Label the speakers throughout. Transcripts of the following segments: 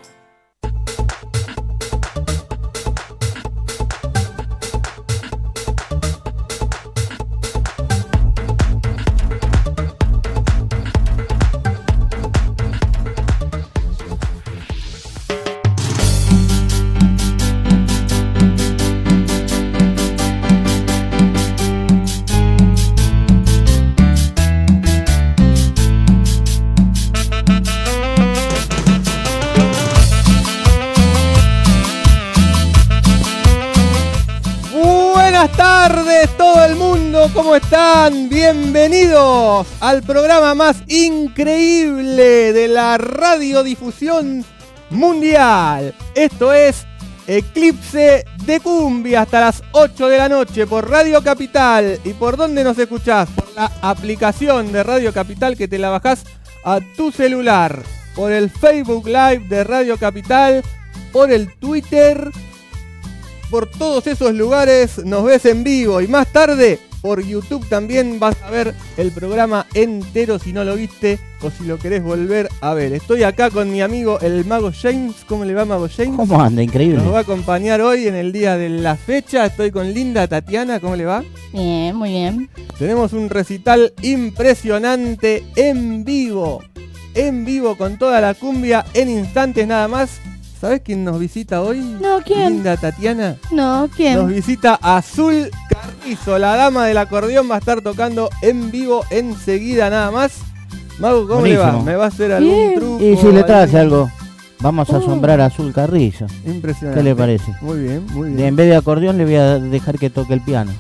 Speaker 1: Buenas tardes todo el mundo, ¿cómo están? Bienvenidos al programa más increíble de la radiodifusión mundial. Esto es Eclipse de Cumbia hasta las 8 de la noche por Radio Capital. ¿Y por dónde nos escuchás? Por la aplicación de Radio Capital que te la bajás a tu celular. Por el Facebook Live de Radio Capital. Por el Twitter por todos esos lugares nos ves en vivo y más tarde por YouTube también vas a ver el programa entero si no lo viste o si lo querés volver a ver. Estoy acá con mi amigo el mago James. ¿Cómo le va mago James?
Speaker 2: ¿Cómo anda? Increíble.
Speaker 1: Nos va a acompañar hoy en el día de la fecha. Estoy con Linda Tatiana. ¿Cómo le va?
Speaker 3: Bien, muy bien.
Speaker 1: Tenemos un recital impresionante en vivo. En vivo con toda la cumbia en instantes nada más. ¿Sabés quién nos visita hoy?
Speaker 3: No, ¿quién?
Speaker 1: Linda Tatiana.
Speaker 3: No, ¿quién?
Speaker 1: Nos visita Azul Carrizo, la dama del acordeón va a estar tocando en vivo enseguida nada más. Mago, ¿cómo le va?
Speaker 2: Buenísimo.
Speaker 1: ¿Me va a hacer algún
Speaker 3: Bien.
Speaker 1: truco?
Speaker 2: Y si le traes
Speaker 1: algo?
Speaker 2: algo, vamos
Speaker 4: Uh.
Speaker 2: a
Speaker 3: Oh.
Speaker 2: asombrar a Azul Carrillo.
Speaker 1: Impresionante.
Speaker 2: ¿Qué le parece?
Speaker 1: Muy bien, muy
Speaker 2: De-
Speaker 1: bien.
Speaker 2: En vez de acordeón le voy a dejar que toque el piano.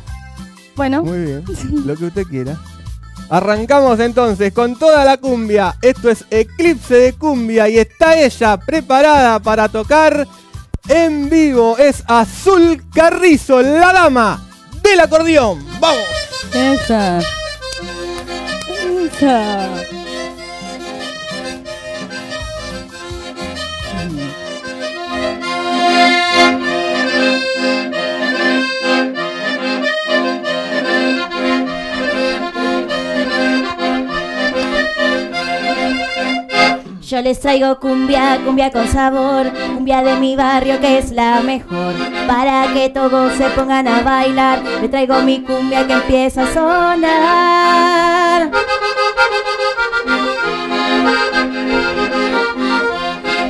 Speaker 3: Bueno,
Speaker 1: Muy bien. Lo que usted quiera. Arrancamos entonces con toda la cumbia. Esto es Eclipse de Cumbia y está ella preparada para tocar en vivo. Es Azul Carrizo, la dama del acordeón. ¡Vamos!
Speaker 3: esa. Esa.
Speaker 4: Yo les traigo cumbia, cumbia con sabor, cumbia de mi barrio que es la mejor. Para que todos se pongan a bailar, le traigo mi cumbia que empieza a sonar.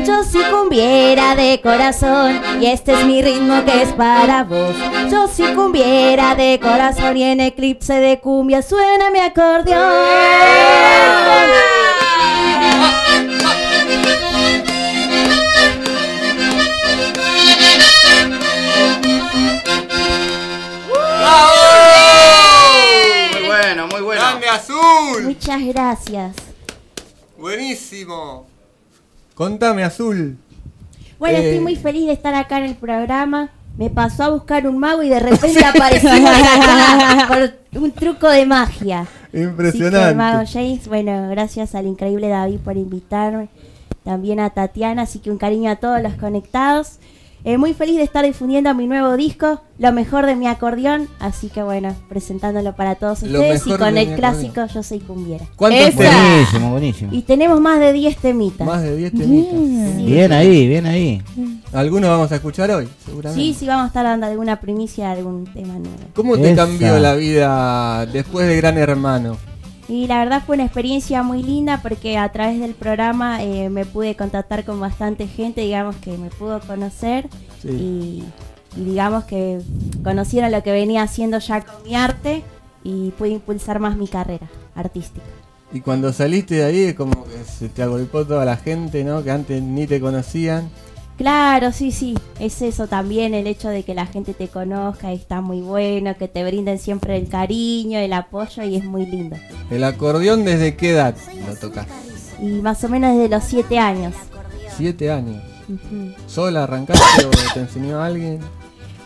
Speaker 4: Yo soy cumbiera de corazón y este es mi ritmo que es para vos. Yo soy cumbiera de corazón y en eclipse de cumbia suena mi acordeón.
Speaker 5: Muy bueno, muy bueno.
Speaker 6: ¡Grande azul!
Speaker 4: Muchas gracias.
Speaker 6: ¡Buenísimo!
Speaker 1: Contame, Azul.
Speaker 4: Bueno,
Speaker 1: Eh.
Speaker 4: estoy muy feliz de estar acá en el programa. Me pasó a buscar un mago y de repente apareció acá por un truco de magia. Así que, mago
Speaker 1: Impresionante.
Speaker 4: James, bueno, gracias al increíble David por invitarme. También a Tatiana, así que un cariño a todos los conectados. Eh, muy feliz de estar difundiendo mi nuevo disco, lo mejor de mi acordeón. Así que bueno, presentándolo para todos
Speaker 6: Lo
Speaker 4: ustedes y
Speaker 6: mejor
Speaker 4: con
Speaker 6: de
Speaker 4: el
Speaker 6: mi
Speaker 4: clásico Yo soy cumbiera.
Speaker 6: ¿Cuántos
Speaker 3: Esa.
Speaker 6: temas?
Speaker 2: Buenísimo, buenísimo.
Speaker 4: Y tenemos más de 10 temitas.
Speaker 1: Más de 10 temitas.
Speaker 2: Bien ahí, bien ahí.
Speaker 1: Algunos vamos a escuchar hoy,
Speaker 4: Sí,
Speaker 1: seguramente.
Speaker 4: sí, vamos a estar dando alguna primicia de algún tema nuevo.
Speaker 1: ¿Cómo te
Speaker 2: Esa.
Speaker 1: cambió la vida después de Gran Hermano?
Speaker 4: Y la verdad fue una experiencia muy linda porque a través del programa eh, me pude contactar con bastante gente, digamos que me pudo conocer
Speaker 1: Sí.
Speaker 4: y, y digamos que conocieron lo que venía haciendo ya con mi arte y pude impulsar más mi carrera artística.
Speaker 1: Y cuando saliste de ahí es como que se te agolpó toda la gente, ¿no? Que antes ni te conocían.
Speaker 4: Claro, sí, sí, es eso también, el hecho de que la gente te conozca, está muy bueno, que te brinden siempre el cariño, el apoyo y es muy lindo.
Speaker 1: ¿El acordeón desde qué edad lo tocas?
Speaker 4: Y más o menos desde los siete años.
Speaker 1: Siete años.
Speaker 4: Ujú.
Speaker 1: ¿Sola arrancaste o te enseñó alguien?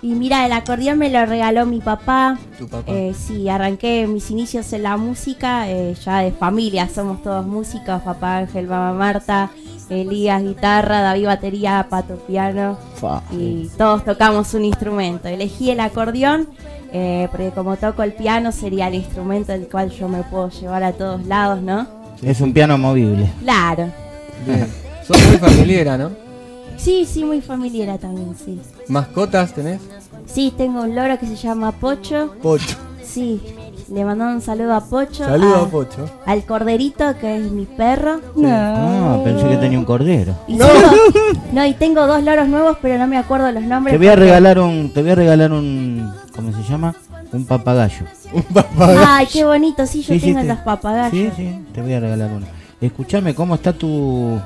Speaker 4: Y mira, el acordeón me lo regaló mi papá.
Speaker 1: ¿Tu papá?
Speaker 4: Eh, sí, arranqué mis inicios en la música, eh, ya de familia, somos todos músicos, papá Ángel, mamá Marta, eh, Elías guitarra, David batería, Pato piano
Speaker 2: Fa.
Speaker 4: y todos tocamos un instrumento. Elegí el acordeón eh, porque como toco el piano sería el instrumento el cual yo me puedo llevar a todos lados, ¿no?
Speaker 2: Es un piano movible.
Speaker 4: Claro.
Speaker 1: Bien. Sos muy familiera, ¿no?
Speaker 4: Sí, sí, muy familiar también, sí.
Speaker 1: ¿Mascotas tenés?
Speaker 4: Sí, tengo un loro que se llama Pocho.
Speaker 1: Pocho.
Speaker 4: Sí, le mando un saludo a Pocho.
Speaker 1: Saludos,
Speaker 4: a-
Speaker 1: Pocho.
Speaker 4: Al corderito, que es mi perro.
Speaker 2: Ah, pensé que tenía un cordero.
Speaker 4: Y tengo- no, y tengo dos loros nuevos, pero no me acuerdo los nombres.
Speaker 2: Te voy a
Speaker 4: porque-
Speaker 2: regalar un, te voy a regalar un, ¿cómo se llama? Un papagayo.
Speaker 1: Un papagayo.
Speaker 4: Ay, qué bonito, sí, yo
Speaker 2: Sí, sí,
Speaker 4: tengo
Speaker 2: te-
Speaker 4: los papagayos.
Speaker 2: Sí, sí, te voy a regalar uno. Escúchame, ¿cómo está tu?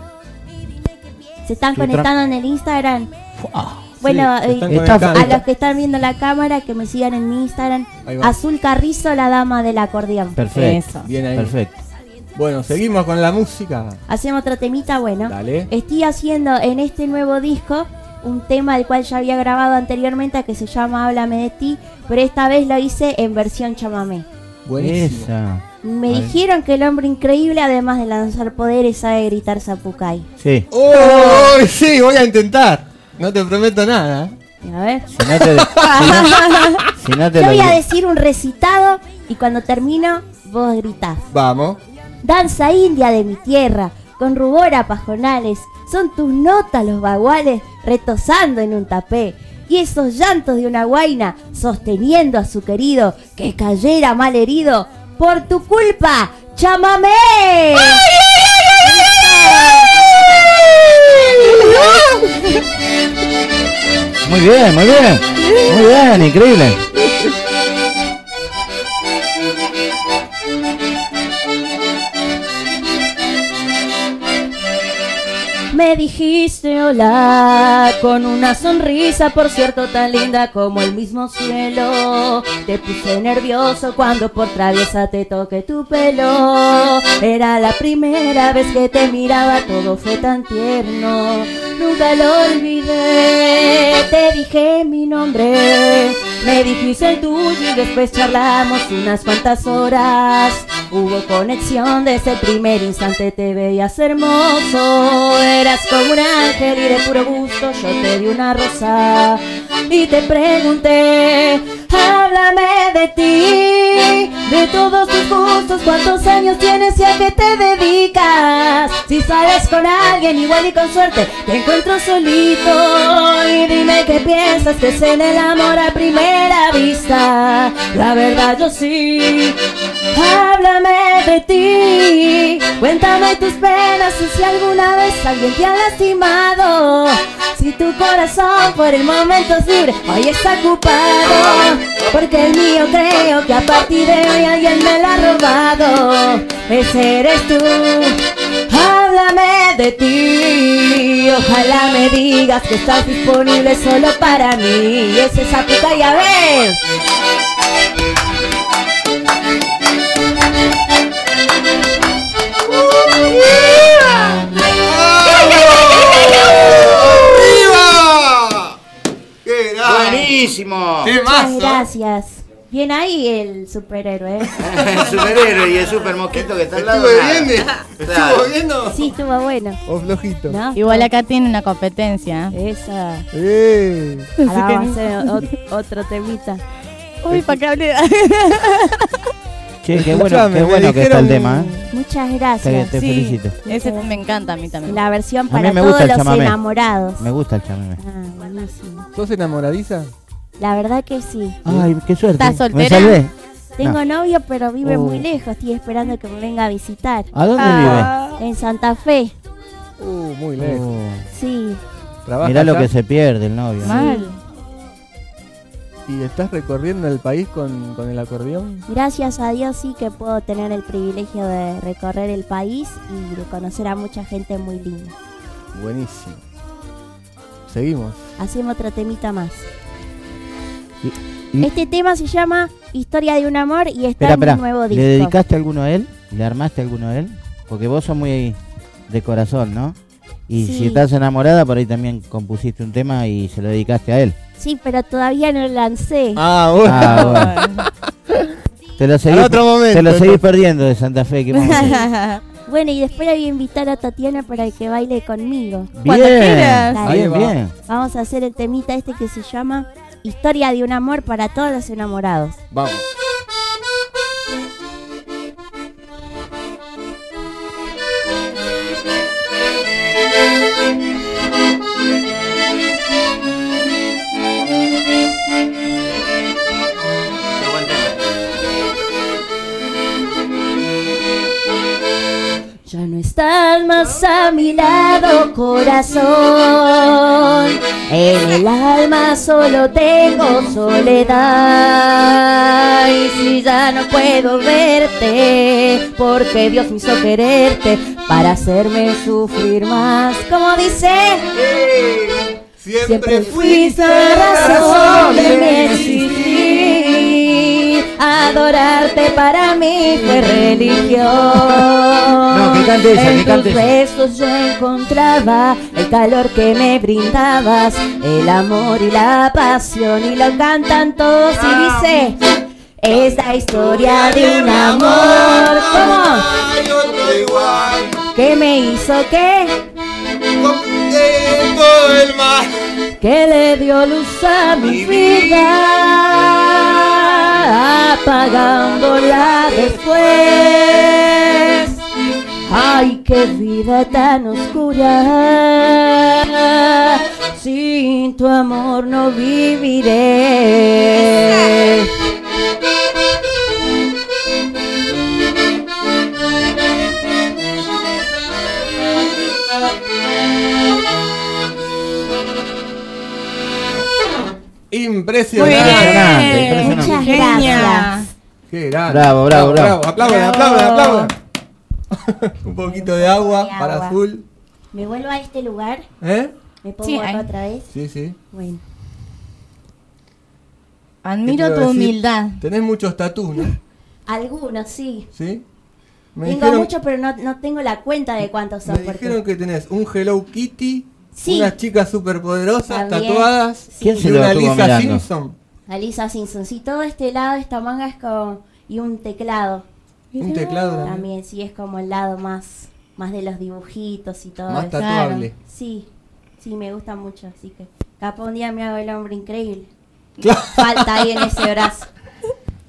Speaker 4: Se están
Speaker 2: Tu tra-
Speaker 4: conectando en el Instagram.
Speaker 2: Fuá.
Speaker 4: Bueno,
Speaker 1: se
Speaker 4: eh,
Speaker 1: están
Speaker 2: está-
Speaker 1: conectando.
Speaker 4: a los que están viendo la cámara, que me sigan en mi Instagram.
Speaker 1: Ahí va.
Speaker 4: Azul Carrizo, la dama del acordeón.
Speaker 2: Perfecto.
Speaker 3: Eso.
Speaker 1: Bien ahí.
Speaker 2: Perfecto.
Speaker 1: Bueno, seguimos con la música.
Speaker 4: Hacemos otro temita, bueno.
Speaker 1: Dale.
Speaker 4: Estoy haciendo en este nuevo disco un tema del cual ya había grabado anteriormente que se llama Háblame de ti, pero esta vez lo hice en versión chamamé.
Speaker 1: Buenísimo.
Speaker 2: Esa.
Speaker 4: Me dijeron que el hombre increíble, además de lanzar poderes, sabe gritar zapucay.
Speaker 2: Sí.
Speaker 1: ¡Oh! Sí, voy a intentar. No te prometo nada.
Speaker 4: A ver.
Speaker 2: Si no te, si no te
Speaker 4: Yo
Speaker 2: lo
Speaker 4: voy a
Speaker 2: gri-
Speaker 4: decir un recitado y cuando termino, vos gritás.
Speaker 1: Vamos.
Speaker 4: Danza india de mi tierra, con rubor a pajonales, son tus notas los baguales retosando en un tapé. Y esos llantos de una guaina sosteniendo a su querido que cayera mal herido por tu culpa, chamamé.
Speaker 2: Muy bien, muy bien. Muy bien, increíble.
Speaker 4: Me dijiste hola con una sonrisa, por cierto, tan linda como el mismo cielo. Te puse nervioso cuando por traviesa te toqué tu pelo. Era la primera vez que te miraba, todo fue tan tierno. Nunca lo olvidé, te dije mi nombre. Me dijiste el tuyo y después charlamos unas cuantas horas. Hubo conexión desde el primer instante, te veías hermoso. Eras como un ángel y de puro gusto yo te di una rosa. Y te pregunté, háblame de ti, de todos tus gustos, cuántos años tienes y a qué te dedicas. Si sales con alguien igual y con suerte, te encuentro solito. Y dime qué piensas, que es en el amor a primera vista. La verdad yo sí, Háblame de ti, cuéntame tus penas y si alguna vez alguien te ha lastimado. Si tu corazón por el momento es libre, hoy está ocupado. Porque el mío creo que a partir de hoy alguien me lo ha robado. Ese eres tú, háblame de ti. Ojalá me digas que estás disponible solo para mí. Y ese sapuca y a ver.
Speaker 1: ¡Viva! ¡Qué grande!
Speaker 5: Buenísimo.
Speaker 4: Muchas
Speaker 1: ¡Temazo!
Speaker 4: gracias. Bien ahí el superhéroe. ¿eh?
Speaker 5: El superhéroe y el super mosquito que está al lado.
Speaker 1: ¿Estuve
Speaker 5: nada.
Speaker 1: bien?
Speaker 5: Claro.
Speaker 1: ¿Estuvo bien o-
Speaker 4: Sí, estuvo bueno.
Speaker 1: o Oh, flojito?
Speaker 4: ¿No?
Speaker 3: Igual acá tiene una competencia.
Speaker 4: Esa.
Speaker 1: ¡Eh!
Speaker 4: Ahora vamos
Speaker 3: Así
Speaker 4: a hacer ot- otro temita.
Speaker 3: que- Uy, para qué hablé.
Speaker 2: Che, qué bueno,
Speaker 1: Escuchame,
Speaker 2: qué
Speaker 1: me
Speaker 2: bueno que está
Speaker 1: dijeron-
Speaker 2: el tema. ¿eh?
Speaker 4: Muchas
Speaker 2: Te,
Speaker 4: gracias.
Speaker 2: te felicito.
Speaker 3: Ese me encanta a mí también.
Speaker 4: La versión
Speaker 2: mí
Speaker 4: para
Speaker 2: me
Speaker 4: todos
Speaker 2: gusta el
Speaker 4: los
Speaker 2: chamamé.
Speaker 4: enamorados.
Speaker 2: Me gusta el chameme.
Speaker 4: Ah, buenísimo.
Speaker 1: ¿Sos enamoradiza?
Speaker 4: La verdad que sí.
Speaker 2: Ay, qué suerte.
Speaker 3: ¿Estás
Speaker 2: Me
Speaker 3: soltera?
Speaker 2: salvé.
Speaker 4: Tengo novio, pero vive
Speaker 2: Oh.
Speaker 4: muy lejos. Estoy esperando que me venga a visitar.
Speaker 2: ¿A dónde
Speaker 4: En Santa Fe.
Speaker 1: Uh, muy
Speaker 2: vive?
Speaker 1: lejos.
Speaker 4: Sí.
Speaker 2: Oh,
Speaker 1: Trabaja
Speaker 2: mirá lo
Speaker 1: allá
Speaker 2: que se pierde el novio.
Speaker 3: Mal.
Speaker 1: ¿Y estás recorriendo el país con, con el acordeón?
Speaker 4: Gracias a Dios sí que puedo tener el privilegio de recorrer el país y de conocer a mucha gente muy linda.
Speaker 1: Buenísimo. Seguimos.
Speaker 4: Hacemos otro temita más.
Speaker 2: y-
Speaker 4: Este tema se llama Historia de un amor y está
Speaker 2: Espera,
Speaker 4: en
Speaker 2: espera.
Speaker 4: mi nuevo disco.
Speaker 2: ¿Le dedicaste alguno a él? ¿Le armaste alguno a él? Porque vos sos muy de corazón, ¿no? Y
Speaker 4: Sí.
Speaker 2: si estás enamorada, por ahí también compusiste un tema y se lo dedicaste a él.
Speaker 4: Sí, pero todavía no lo lancé.
Speaker 1: Ah, bueno.
Speaker 2: Ah, bueno. Te lo seguís,
Speaker 1: Al otro momento,
Speaker 2: te lo seguís
Speaker 1: entonces.
Speaker 2: perdiendo de Santa Fe. ¿qué vamos a hacer?
Speaker 4: Bueno, y después la voy a invitar a Tatiana para que baile conmigo.
Speaker 2: bien,
Speaker 3: quieras.
Speaker 4: Dale.
Speaker 2: bien, bien.
Speaker 4: Vamos a hacer el temita este que se llama Historia de un amor para todos los enamorados.
Speaker 1: Vamos.
Speaker 4: Ya no estás más a mi lado, corazón. En el alma solo tengo soledad. Y si ya no puedo verte, porque Dios me hizo quererte para hacerme sufrir más. Como dice. Siempre fuiste la razón de mi existir. Adorarte para mí fue religión.
Speaker 5: No, que cante esa, que
Speaker 4: en
Speaker 5: cante
Speaker 4: tus
Speaker 5: esa.
Speaker 4: besos yo encontraba el calor que me brindabas, el amor y la pasión. Y lo cantan todos y dice: Es la historia de un amor. ¿Cómo? ¿Qué me hizo qué? que le dio luz a mi vida, apagándola después. Ay, qué vida tan oscura. Sin tu amor no viviré.
Speaker 1: Impresionante.
Speaker 2: Impresionante, impresionante.
Speaker 4: Muchas
Speaker 3: Genia.
Speaker 4: gracias.
Speaker 1: Qué grande.
Speaker 2: Bravo, bravo, bravo.
Speaker 1: Aplaudan, aplaudan,
Speaker 4: Bravo.
Speaker 1: aplaudan. Un poquito de agua
Speaker 4: De
Speaker 1: para
Speaker 4: agua.
Speaker 1: azul.
Speaker 4: Me vuelvo a este lugar,
Speaker 1: ¿Eh?
Speaker 4: me pongo
Speaker 3: Sí,
Speaker 4: acá
Speaker 3: ahí.
Speaker 4: otra vez.
Speaker 1: Sí, sí.
Speaker 4: Bueno,
Speaker 1: ¿Qué
Speaker 3: Admiro
Speaker 1: te
Speaker 3: tu
Speaker 1: iba a decir?
Speaker 3: humildad.
Speaker 1: Tenés muchos tatús, ¿no?
Speaker 4: algunos sí.
Speaker 1: ¿Sí? Me
Speaker 4: Tengo
Speaker 1: dijeron,
Speaker 4: muchos, pero no, no tengo la cuenta de cuántos
Speaker 1: me
Speaker 4: son. porque-
Speaker 1: dijeron que tenés un Hello Kitty,
Speaker 4: Sí.
Speaker 1: unas chicas superpoderosas,
Speaker 4: También.
Speaker 1: tatuadas,
Speaker 2: ¿Quién
Speaker 1: y
Speaker 2: se lo
Speaker 1: una
Speaker 2: estuvo
Speaker 1: Lisa
Speaker 2: mirando?
Speaker 1: Simpson.
Speaker 4: Alisa Simpson. Sí, todo este lado, esta manga es como. Y un teclado.
Speaker 1: Un teclado también.
Speaker 4: También, sí, es como el lado más. Más de los dibujitos y todo
Speaker 1: Más
Speaker 4: eso.
Speaker 1: tatuable.
Speaker 4: Sí, sí, me gusta mucho. Así que. Capaz un día me hago el hombre increíble.
Speaker 1: Claro.
Speaker 4: Falta ahí en ese brazo.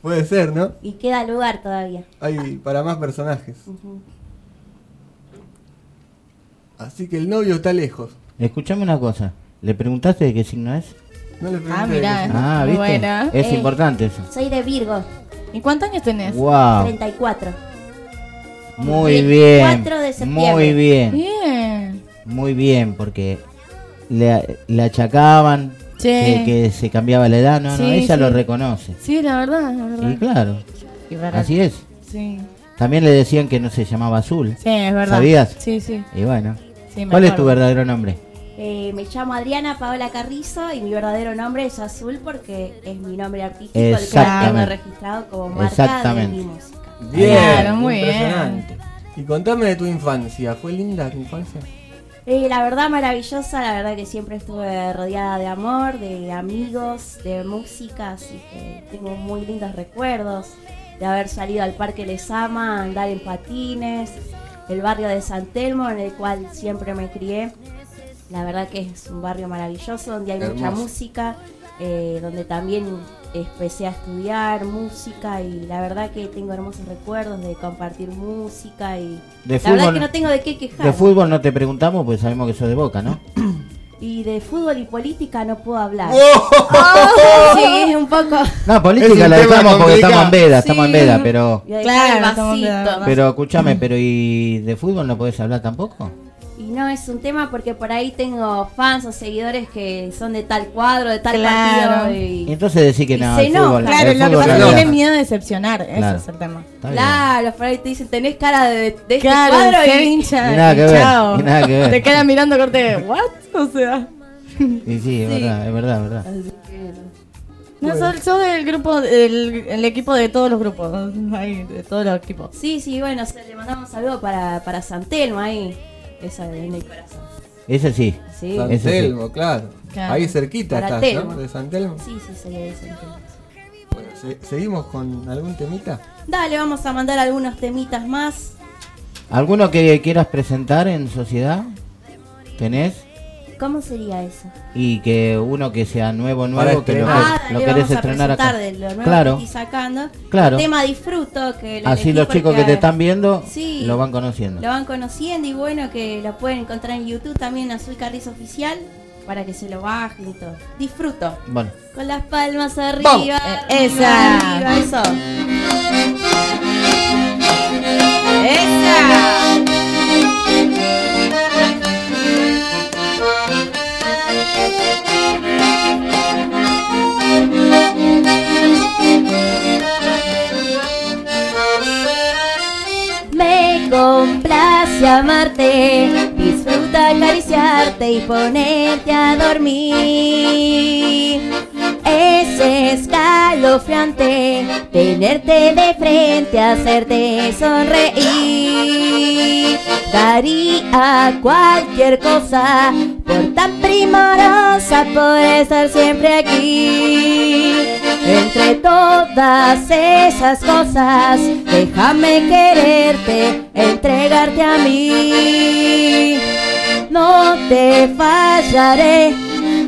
Speaker 1: Puede ser, ¿no?
Speaker 4: Y queda lugar todavía.
Speaker 1: Hay para más personajes.
Speaker 4: Ujú.
Speaker 1: Así que el novio está lejos.
Speaker 2: Escuchame una cosa. ¿Le preguntaste de qué signo es?
Speaker 1: No le pregunté
Speaker 3: Ah,
Speaker 1: de qué
Speaker 3: mirá.
Speaker 1: se trata.
Speaker 2: Ah,
Speaker 3: Muy
Speaker 2: ¿viste?
Speaker 3: buena.
Speaker 2: Es
Speaker 4: Eh.
Speaker 2: importante eso.
Speaker 4: Soy de Virgo,
Speaker 3: ¿Y cuántos años tenés?
Speaker 1: Ah.
Speaker 2: Wow.
Speaker 4: 34.
Speaker 2: Muy
Speaker 4: 24 de
Speaker 2: bien.
Speaker 4: septiembre.
Speaker 2: Muy bien.
Speaker 3: Bien.
Speaker 2: Muy bien, porque le, le achacaban
Speaker 3: Sí.
Speaker 2: que, que se cambiaba la edad. No, no,
Speaker 3: Sí,
Speaker 2: ella
Speaker 3: sí.
Speaker 2: lo reconoce.
Speaker 3: Sí, la verdad, la verdad.
Speaker 2: Y claro,
Speaker 3: Y para-
Speaker 2: así es.
Speaker 3: Sí.
Speaker 2: También le decían que no se llamaba Azul.
Speaker 3: Sí, es verdad.
Speaker 2: ¿Sabías?
Speaker 3: Sí, sí.
Speaker 2: Y bueno.
Speaker 3: sí me
Speaker 2: ¿Cuál es tu
Speaker 3: acuerdo.
Speaker 2: verdadero nombre?
Speaker 4: Eh, me llamo Adriana Paola Carrizo y mi verdadero nombre es Azul porque es mi nombre artístico, el que ahora tengo
Speaker 2: Exactamente.
Speaker 4: registrado como marca de
Speaker 2: Exactamente.
Speaker 4: mi música.
Speaker 1: Bien,
Speaker 3: Claro, muy bien.
Speaker 1: impresionante. Y contame de tu infancia. ¿Fue linda tu infancia?
Speaker 4: Eh, la verdad maravillosa, la verdad que siempre estuve rodeada de amor, de amigos, de música, así que tengo muy lindos recuerdos de haber salido al Parque Les Ama, andar en patines, el barrio de San Telmo en el cual siempre me crié. La verdad que es un barrio maravilloso donde hay mucha
Speaker 1: Hermoso.
Speaker 4: música, eh, donde también empecé a estudiar música y la verdad que tengo hermosos recuerdos de compartir música y
Speaker 2: De
Speaker 4: la verdad
Speaker 2: fútbol-
Speaker 4: que no tengo de qué quejar.
Speaker 2: De fútbol no te preguntamos, pues sabemos que sos de Boca, ¿no?
Speaker 4: Y de fútbol y política no puedo hablar.
Speaker 1: ¡Oh!
Speaker 4: Sí, es un poco.
Speaker 2: No,
Speaker 1: Es
Speaker 2: política
Speaker 1: un
Speaker 2: la
Speaker 1: tema
Speaker 2: dejamos porque
Speaker 1: complicado.
Speaker 2: estamos en veda,
Speaker 3: Sí.
Speaker 2: estamos en veda, pero...
Speaker 4: Yo
Speaker 3: Claro,
Speaker 4: dejaba el
Speaker 3: estamos de
Speaker 4: vasito.
Speaker 3: acuerdo.
Speaker 2: Pero escúchame, pero ¿y de fútbol no podés hablar tampoco?
Speaker 4: Y no es un tema porque por ahí tengo fans o seguidores que son de tal cuadro, de tal
Speaker 3: Claro.
Speaker 4: partido.
Speaker 2: Y
Speaker 4: Y...
Speaker 2: entonces decís que
Speaker 4: Y
Speaker 2: no,
Speaker 4: se
Speaker 2: el
Speaker 4: enoja.
Speaker 2: fútbol,
Speaker 3: Claro,
Speaker 2: el
Speaker 3: lo que
Speaker 2: fútbol
Speaker 3: pasa es
Speaker 2: no
Speaker 3: que
Speaker 1: habla.
Speaker 3: tiene
Speaker 2: es.
Speaker 3: miedo de decepcionar.
Speaker 2: Claro.
Speaker 3: Ese es el tema.
Speaker 2: Está bien.
Speaker 4: Claro, por ahí te dicen, tenés cara de, de este
Speaker 3: Claro,
Speaker 4: cuadro
Speaker 3: ser
Speaker 4: y.
Speaker 3: hincha.
Speaker 2: Y nada que
Speaker 3: y
Speaker 2: ver,
Speaker 3: chao.
Speaker 2: y nada que ver.
Speaker 3: Te quedan mirando corte de, ¿what? O sea.
Speaker 2: Y sí, es verdad, es verdad, es verdad.
Speaker 4: Así que-
Speaker 3: No, sos, sos del grupo, del el equipo de todos los grupos. ahí, de todos los equipos.
Speaker 4: Sí, sí, bueno, o sea, le mandamos saludo para, para Santelmo ahí. Esa en el corazón.
Speaker 2: Ese sí.
Speaker 4: Sí,
Speaker 1: San
Speaker 2: Eso sí.
Speaker 1: Telmo, claro.
Speaker 3: Claro.
Speaker 1: Ahí cerquita
Speaker 4: Para
Speaker 1: estás,
Speaker 4: Telmo.
Speaker 1: ¿no? De San Telmo.
Speaker 4: sí, sí, soy de Santelmo.
Speaker 1: Bueno, se- ¿Seguimos con algún temita?
Speaker 4: Dale, vamos a mandar algunos temitas más.
Speaker 2: ¿Alguno que quieras presentar en sociedad? ¿Tenés?
Speaker 4: ¿Cómo sería eso?
Speaker 2: Y que uno que sea nuevo, nuevo,
Speaker 1: Ahora
Speaker 2: que lo,
Speaker 1: estrenamos.
Speaker 2: que-
Speaker 7: Ah,
Speaker 2: lo
Speaker 7: le
Speaker 2: querés
Speaker 7: vamos a
Speaker 2: estrenar acá.
Speaker 7: presentar de lo nuevo
Speaker 2: claro,
Speaker 7: que estoy sacando.
Speaker 2: Claro.
Speaker 7: El tema disfruto que lo
Speaker 2: así
Speaker 7: elegí
Speaker 2: los chicos que
Speaker 7: porque
Speaker 2: te están viendo
Speaker 7: Sí.
Speaker 2: lo van conociendo.
Speaker 7: lo van conociendo y bueno que lo pueden encontrar en YouTube también Azul Carriz Oficial para que se lo bajen y todo. Disfruto.
Speaker 2: Bueno,
Speaker 7: Con las palmas arriba.
Speaker 3: Eh,
Speaker 7: arriba,
Speaker 3: esa.
Speaker 7: arriba, eso.
Speaker 3: ¿Eh? ¡Esa!
Speaker 4: Me complace amarte, disfruta acariciarte y ponerte a dormir. Es escalofriante tenerte de frente, hacerte sonreír. Daría cualquier cosa por tan primorosa, por estar siempre aquí. Entre todas esas cosas, déjame quererte, entregarte a mí. No te fallaré,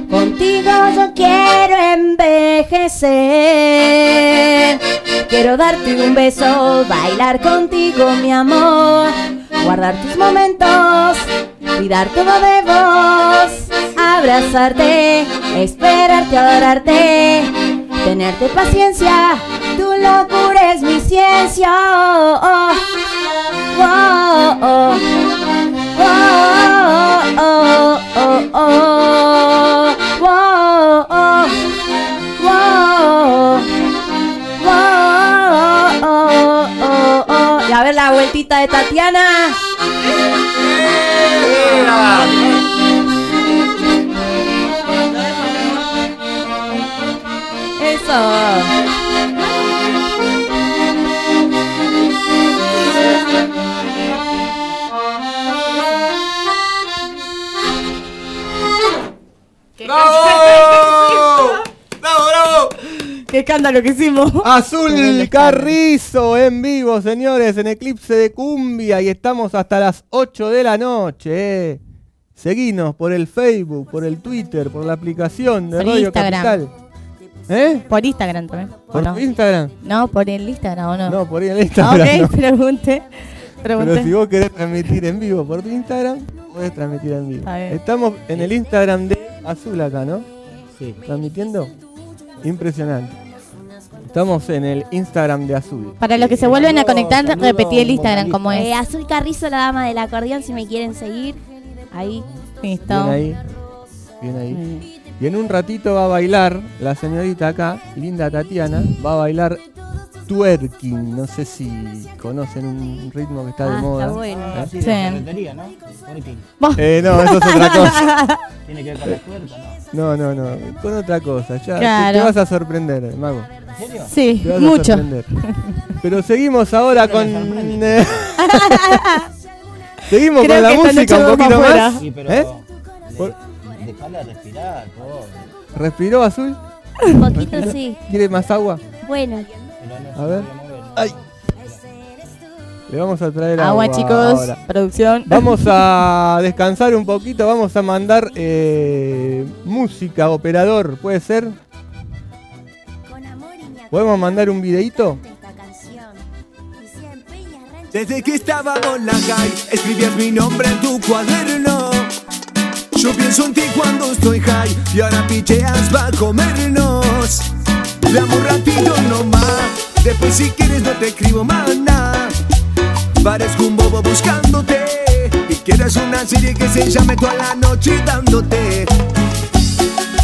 Speaker 4: contigo yo quiero envejecer. Quiero darte un beso, bailar contigo mi amor, guardar tus momentos, cuidar todo de vos, abrazarte, esperarte, adorarte, tenerte paciencia, tu locura es mi ciencia. oh, oh, oh, oh, oh, oh, oh, oh, oh, oh, oh, oh. Oh, oh, oh, oh, oh. Y a ver la vueltita de Tatiana. Eso.
Speaker 1: ¡Bravo! ¡Bravo, bravo!
Speaker 3: ¡Qué escándalo que hicimos!
Speaker 1: Azul Carrizo en vivo, señores, en Eclipse de Cumbia y estamos hasta las 8 de la noche. eh. Seguinos por el Facebook, por el Twitter, por la aplicación de
Speaker 3: Por
Speaker 1: Radio
Speaker 3: Instagram.
Speaker 1: Capital. ¿Eh?
Speaker 3: Por Instagram también. ¿o
Speaker 1: ¿Por
Speaker 3: no?
Speaker 1: Instagram?
Speaker 3: no, por el Instagram o no.
Speaker 1: No, por ahí en
Speaker 3: Ah,
Speaker 1: Instagram.
Speaker 3: ok,
Speaker 1: no.
Speaker 3: pregunté.
Speaker 1: Pero
Speaker 3: Pregunté.
Speaker 1: si vos querés transmitir en vivo por tu Instagram, puedes transmitir en vivo.
Speaker 3: Está bien.
Speaker 1: Estamos en el Instagram de Azul acá, ¿no?
Speaker 2: sí.
Speaker 1: ¿Transmitiendo? Impresionante. Estamos en el Instagram de Azul.
Speaker 3: Para los que se vuelven a conectar, repetí el Instagram como
Speaker 4: Eh,
Speaker 3: es.
Speaker 4: Azul Carrizo, la dama del acordeón, si me quieren seguir. Ahí.
Speaker 1: Bien
Speaker 3: Listo.
Speaker 1: ahí. Bien ahí. Y en un ratito va a bailar la señorita acá, linda Tatiana, va a bailar twerking. No sé si conocen un ritmo que está de
Speaker 4: Ah,
Speaker 1: moda.
Speaker 4: está bueno.
Speaker 1: ¿Eh?
Speaker 2: Así
Speaker 3: de Sí.
Speaker 2: de ¿no?
Speaker 1: Eh, no, eso es otra cosa.
Speaker 2: Tiene que ver con la puerta, ¿no?
Speaker 1: No, no, no. Con otra cosa. Ya te-
Speaker 3: Claro.
Speaker 1: te vas a sorprender, mago.
Speaker 3: Sí,
Speaker 1: Te vas a
Speaker 3: mucho.
Speaker 1: sorprender. Pero seguimos ahora con. eh, seguimos
Speaker 3: Creo
Speaker 1: con la
Speaker 3: que esta
Speaker 1: música
Speaker 3: noche
Speaker 1: un poquito
Speaker 3: vamos
Speaker 1: más.
Speaker 3: afuera.
Speaker 2: Sí, pero.
Speaker 1: ¿Eh? Por-
Speaker 2: de Dejala respirar, pobre.
Speaker 1: ¿Respiró azul?
Speaker 4: Un poquito sí.
Speaker 1: ¿Quiere más agua?
Speaker 4: Bueno,
Speaker 2: Pero no
Speaker 1: A ver. Ay. Le vamos a traer agua.
Speaker 3: Agua, chicos.
Speaker 1: ahora.
Speaker 3: Producción.
Speaker 1: Vamos a descansar un poquito, vamos a mandar eh, música, operador, ¿puede ser? ¿Podemos mandar un videíto?
Speaker 8: Desde que estábamos la calle, escribías mi nombre en tu cuaderno. Yo pienso en ti cuando estoy high y ahora picheas va a comernos. Dame un ratito nomás, después si quieres no te escribo más nada. Parezco un bobo buscándote y quieres una serie que se llame toda la noche dándote.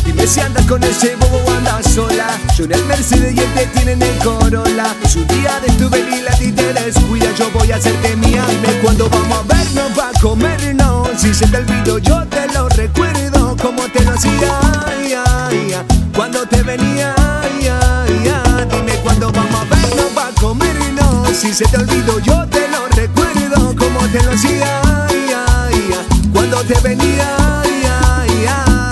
Speaker 8: Dime si andas con ese bobo o andas sola Yo en el Mercedes y él te tiene en el Corolla Si un día de tu y la ti te descuida Yo voy a hacerte mía Dime cuando vamos a vernos va a comernos Si se te olvido yo te lo recuerdo Como te lo hacía ay, ay, ay. Cuando te venía ay, ay, ay. Dime cuando vamos a vernos va a comernos Si se te olvido yo te lo recuerdo Como te lo hacía ay, ay, ay. Cuando te venía ay, ay, ay.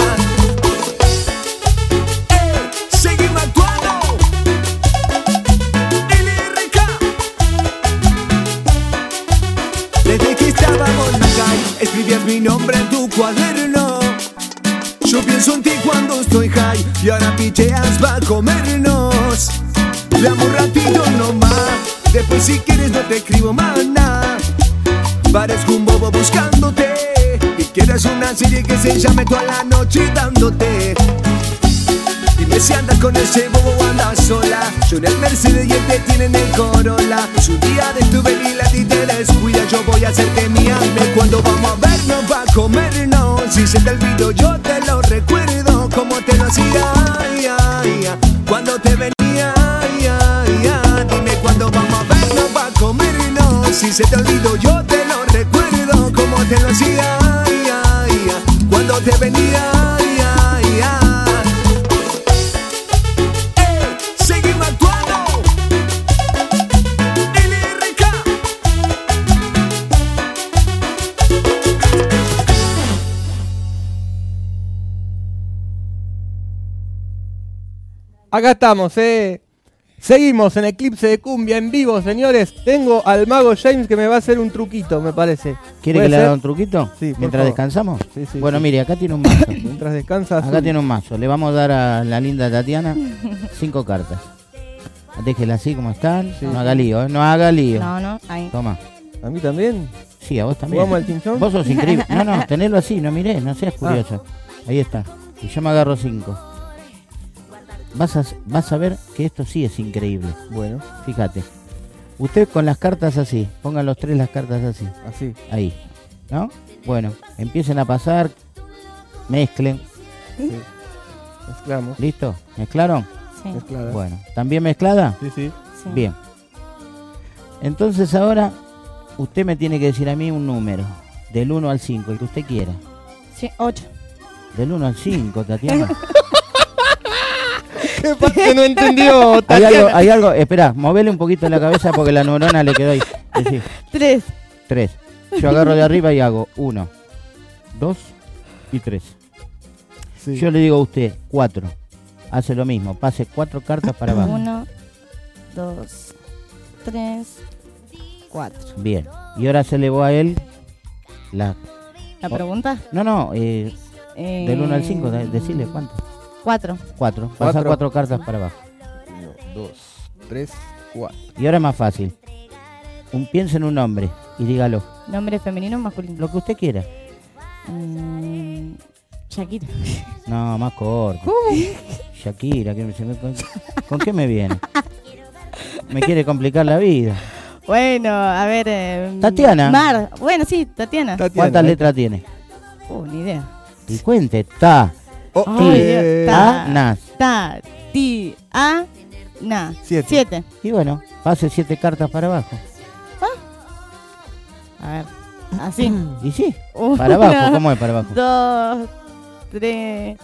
Speaker 8: Ey, Seguimos actuando. LRK. Desde que estábamos en la calle, escribías mi nombre en tu cuaderno. Yo pienso en ti cuando estoy high y ahora picheas va a comernos. Dame un ratito nomás, después si quieres no te escribo más nada. Parezco un bobo buscándote y quieres una serie que se llame toda la noche dándote. Dime si andas con ese bobo o andas sola Yo en el Mercedes y él te tiene en el Corolla Su día de tu y la ti te descuida Yo voy a hacerte mi hambre Cuando vamos a vernos va a comernos Si se te olvido yo te lo recuerdo Como te lo hacía ay, ay, ay. Cuando te venía ay, ay, ay. Dime cuando vamos a vernos va a comernos Si se te olvido yo te lo recuerdo Como te lo hacía ay, ay, ay. Cuando te venía ay, ay, ay. ¡Eh! ¡Seguimos actuando! ¡Lírica!
Speaker 1: Acá estamos, eh. Seguimos en Eclipse de Cumbia en vivo, señores. Tengo al mago James que me va a hacer un truquito, me parece.
Speaker 2: ¿Quiere
Speaker 1: ¿Puede
Speaker 2: que le
Speaker 1: ser?
Speaker 2: haga un truquito?
Speaker 1: Sí, por
Speaker 2: Mientras
Speaker 1: favor.
Speaker 2: descansamos.
Speaker 1: Sí, sí,
Speaker 2: bueno,
Speaker 1: sí.
Speaker 2: mire, acá tiene un mazo.
Speaker 1: Mientras descansas.
Speaker 2: Acá tiene un mazo. Le vamos a dar a la linda Tatiana cinco cartas. Déjela así como están. No haga lío, ¿eh? no haga lío.
Speaker 3: No, no, ahí.
Speaker 2: Toma.
Speaker 1: ¿A mí también?
Speaker 2: Sí, a vos también.
Speaker 1: ¿Jugamos al chinchón?
Speaker 2: Vos sos increíble. No, no, tenelo así, no miré, no seas curioso.
Speaker 1: Ah.
Speaker 2: Ahí está. Y yo me agarro cinco. Vas a, vas a ver que esto sí es increíble.
Speaker 1: Bueno,
Speaker 2: Fíjate. Usted con las cartas así. Pongan los tres las cartas así.
Speaker 1: así.
Speaker 2: Ahí. ¿No? Bueno, empiecen a pasar. Mezclen.
Speaker 1: Mezclamos.
Speaker 2: ¿Listo? ¿Mezclaron?
Speaker 3: Sí.
Speaker 1: Mezcladas.
Speaker 2: Bueno. ¿También mezclada?
Speaker 1: Sí, sí.
Speaker 3: Sí.
Speaker 2: Bien. Entonces ahora usted me tiene que decir a mí un número. Del 1 al 5, el que usted quiera.
Speaker 3: Sí, ocho.
Speaker 2: Del 1 al 5, Tatiana.
Speaker 1: ¿Qué pasa que no entendió?
Speaker 2: hay algo, hay algo, espera, movele un poquito la cabeza porque la neurona le quedó ahí. Decí,
Speaker 3: Tres.
Speaker 2: tres. Yo agarro de arriba y hago uno, dos y tres.
Speaker 1: Sí.
Speaker 2: Yo le digo a usted, cuatro. Hace lo mismo, pase cuatro cartas para abajo.
Speaker 3: Uno, dos, tres, cuatro.
Speaker 2: Bien. Y ahora se le va a él la.
Speaker 3: ¿La
Speaker 2: Oh.
Speaker 3: pregunta?
Speaker 2: No, no, eh,
Speaker 3: Eh,
Speaker 2: del 1 al 5, decirle cuánto.
Speaker 3: Cuatro.
Speaker 2: Cuatro.
Speaker 1: Cuatro.
Speaker 2: Pasa cuatro. cartas para abajo.
Speaker 1: Uno, dos, tres, cuatro.
Speaker 2: Y ahora es más fácil. Un, piensa en un hombre y dígalo.
Speaker 3: Nombre femenino o masculino.
Speaker 2: Lo que usted quiera.
Speaker 3: Mm, Shakira.
Speaker 2: No, más corto. Shakira, que me- se me- con, ¿con qué me viene? Me quiere complicar la vida.
Speaker 3: Bueno, a ver. eh,
Speaker 2: Tatiana.
Speaker 3: Mar. Bueno, sí, Tatiana.
Speaker 2: Ah,
Speaker 1: eh.
Speaker 2: ¿Cuántas letras tiene?
Speaker 3: Uh, ni idea.
Speaker 2: Y cuente, ta,
Speaker 1: Oh,
Speaker 3: Ay,
Speaker 1: eh,
Speaker 3: Dios,
Speaker 2: ta, nas.
Speaker 3: Ta, ti, a, na.
Speaker 1: Siete.
Speaker 3: Siete.
Speaker 2: Y bueno, pase siete cartas para abajo.
Speaker 3: A ver. Así.
Speaker 2: Y sí,
Speaker 3: Uno,
Speaker 2: para abajo, ¿cómo es para abajo?
Speaker 3: Dos, tres,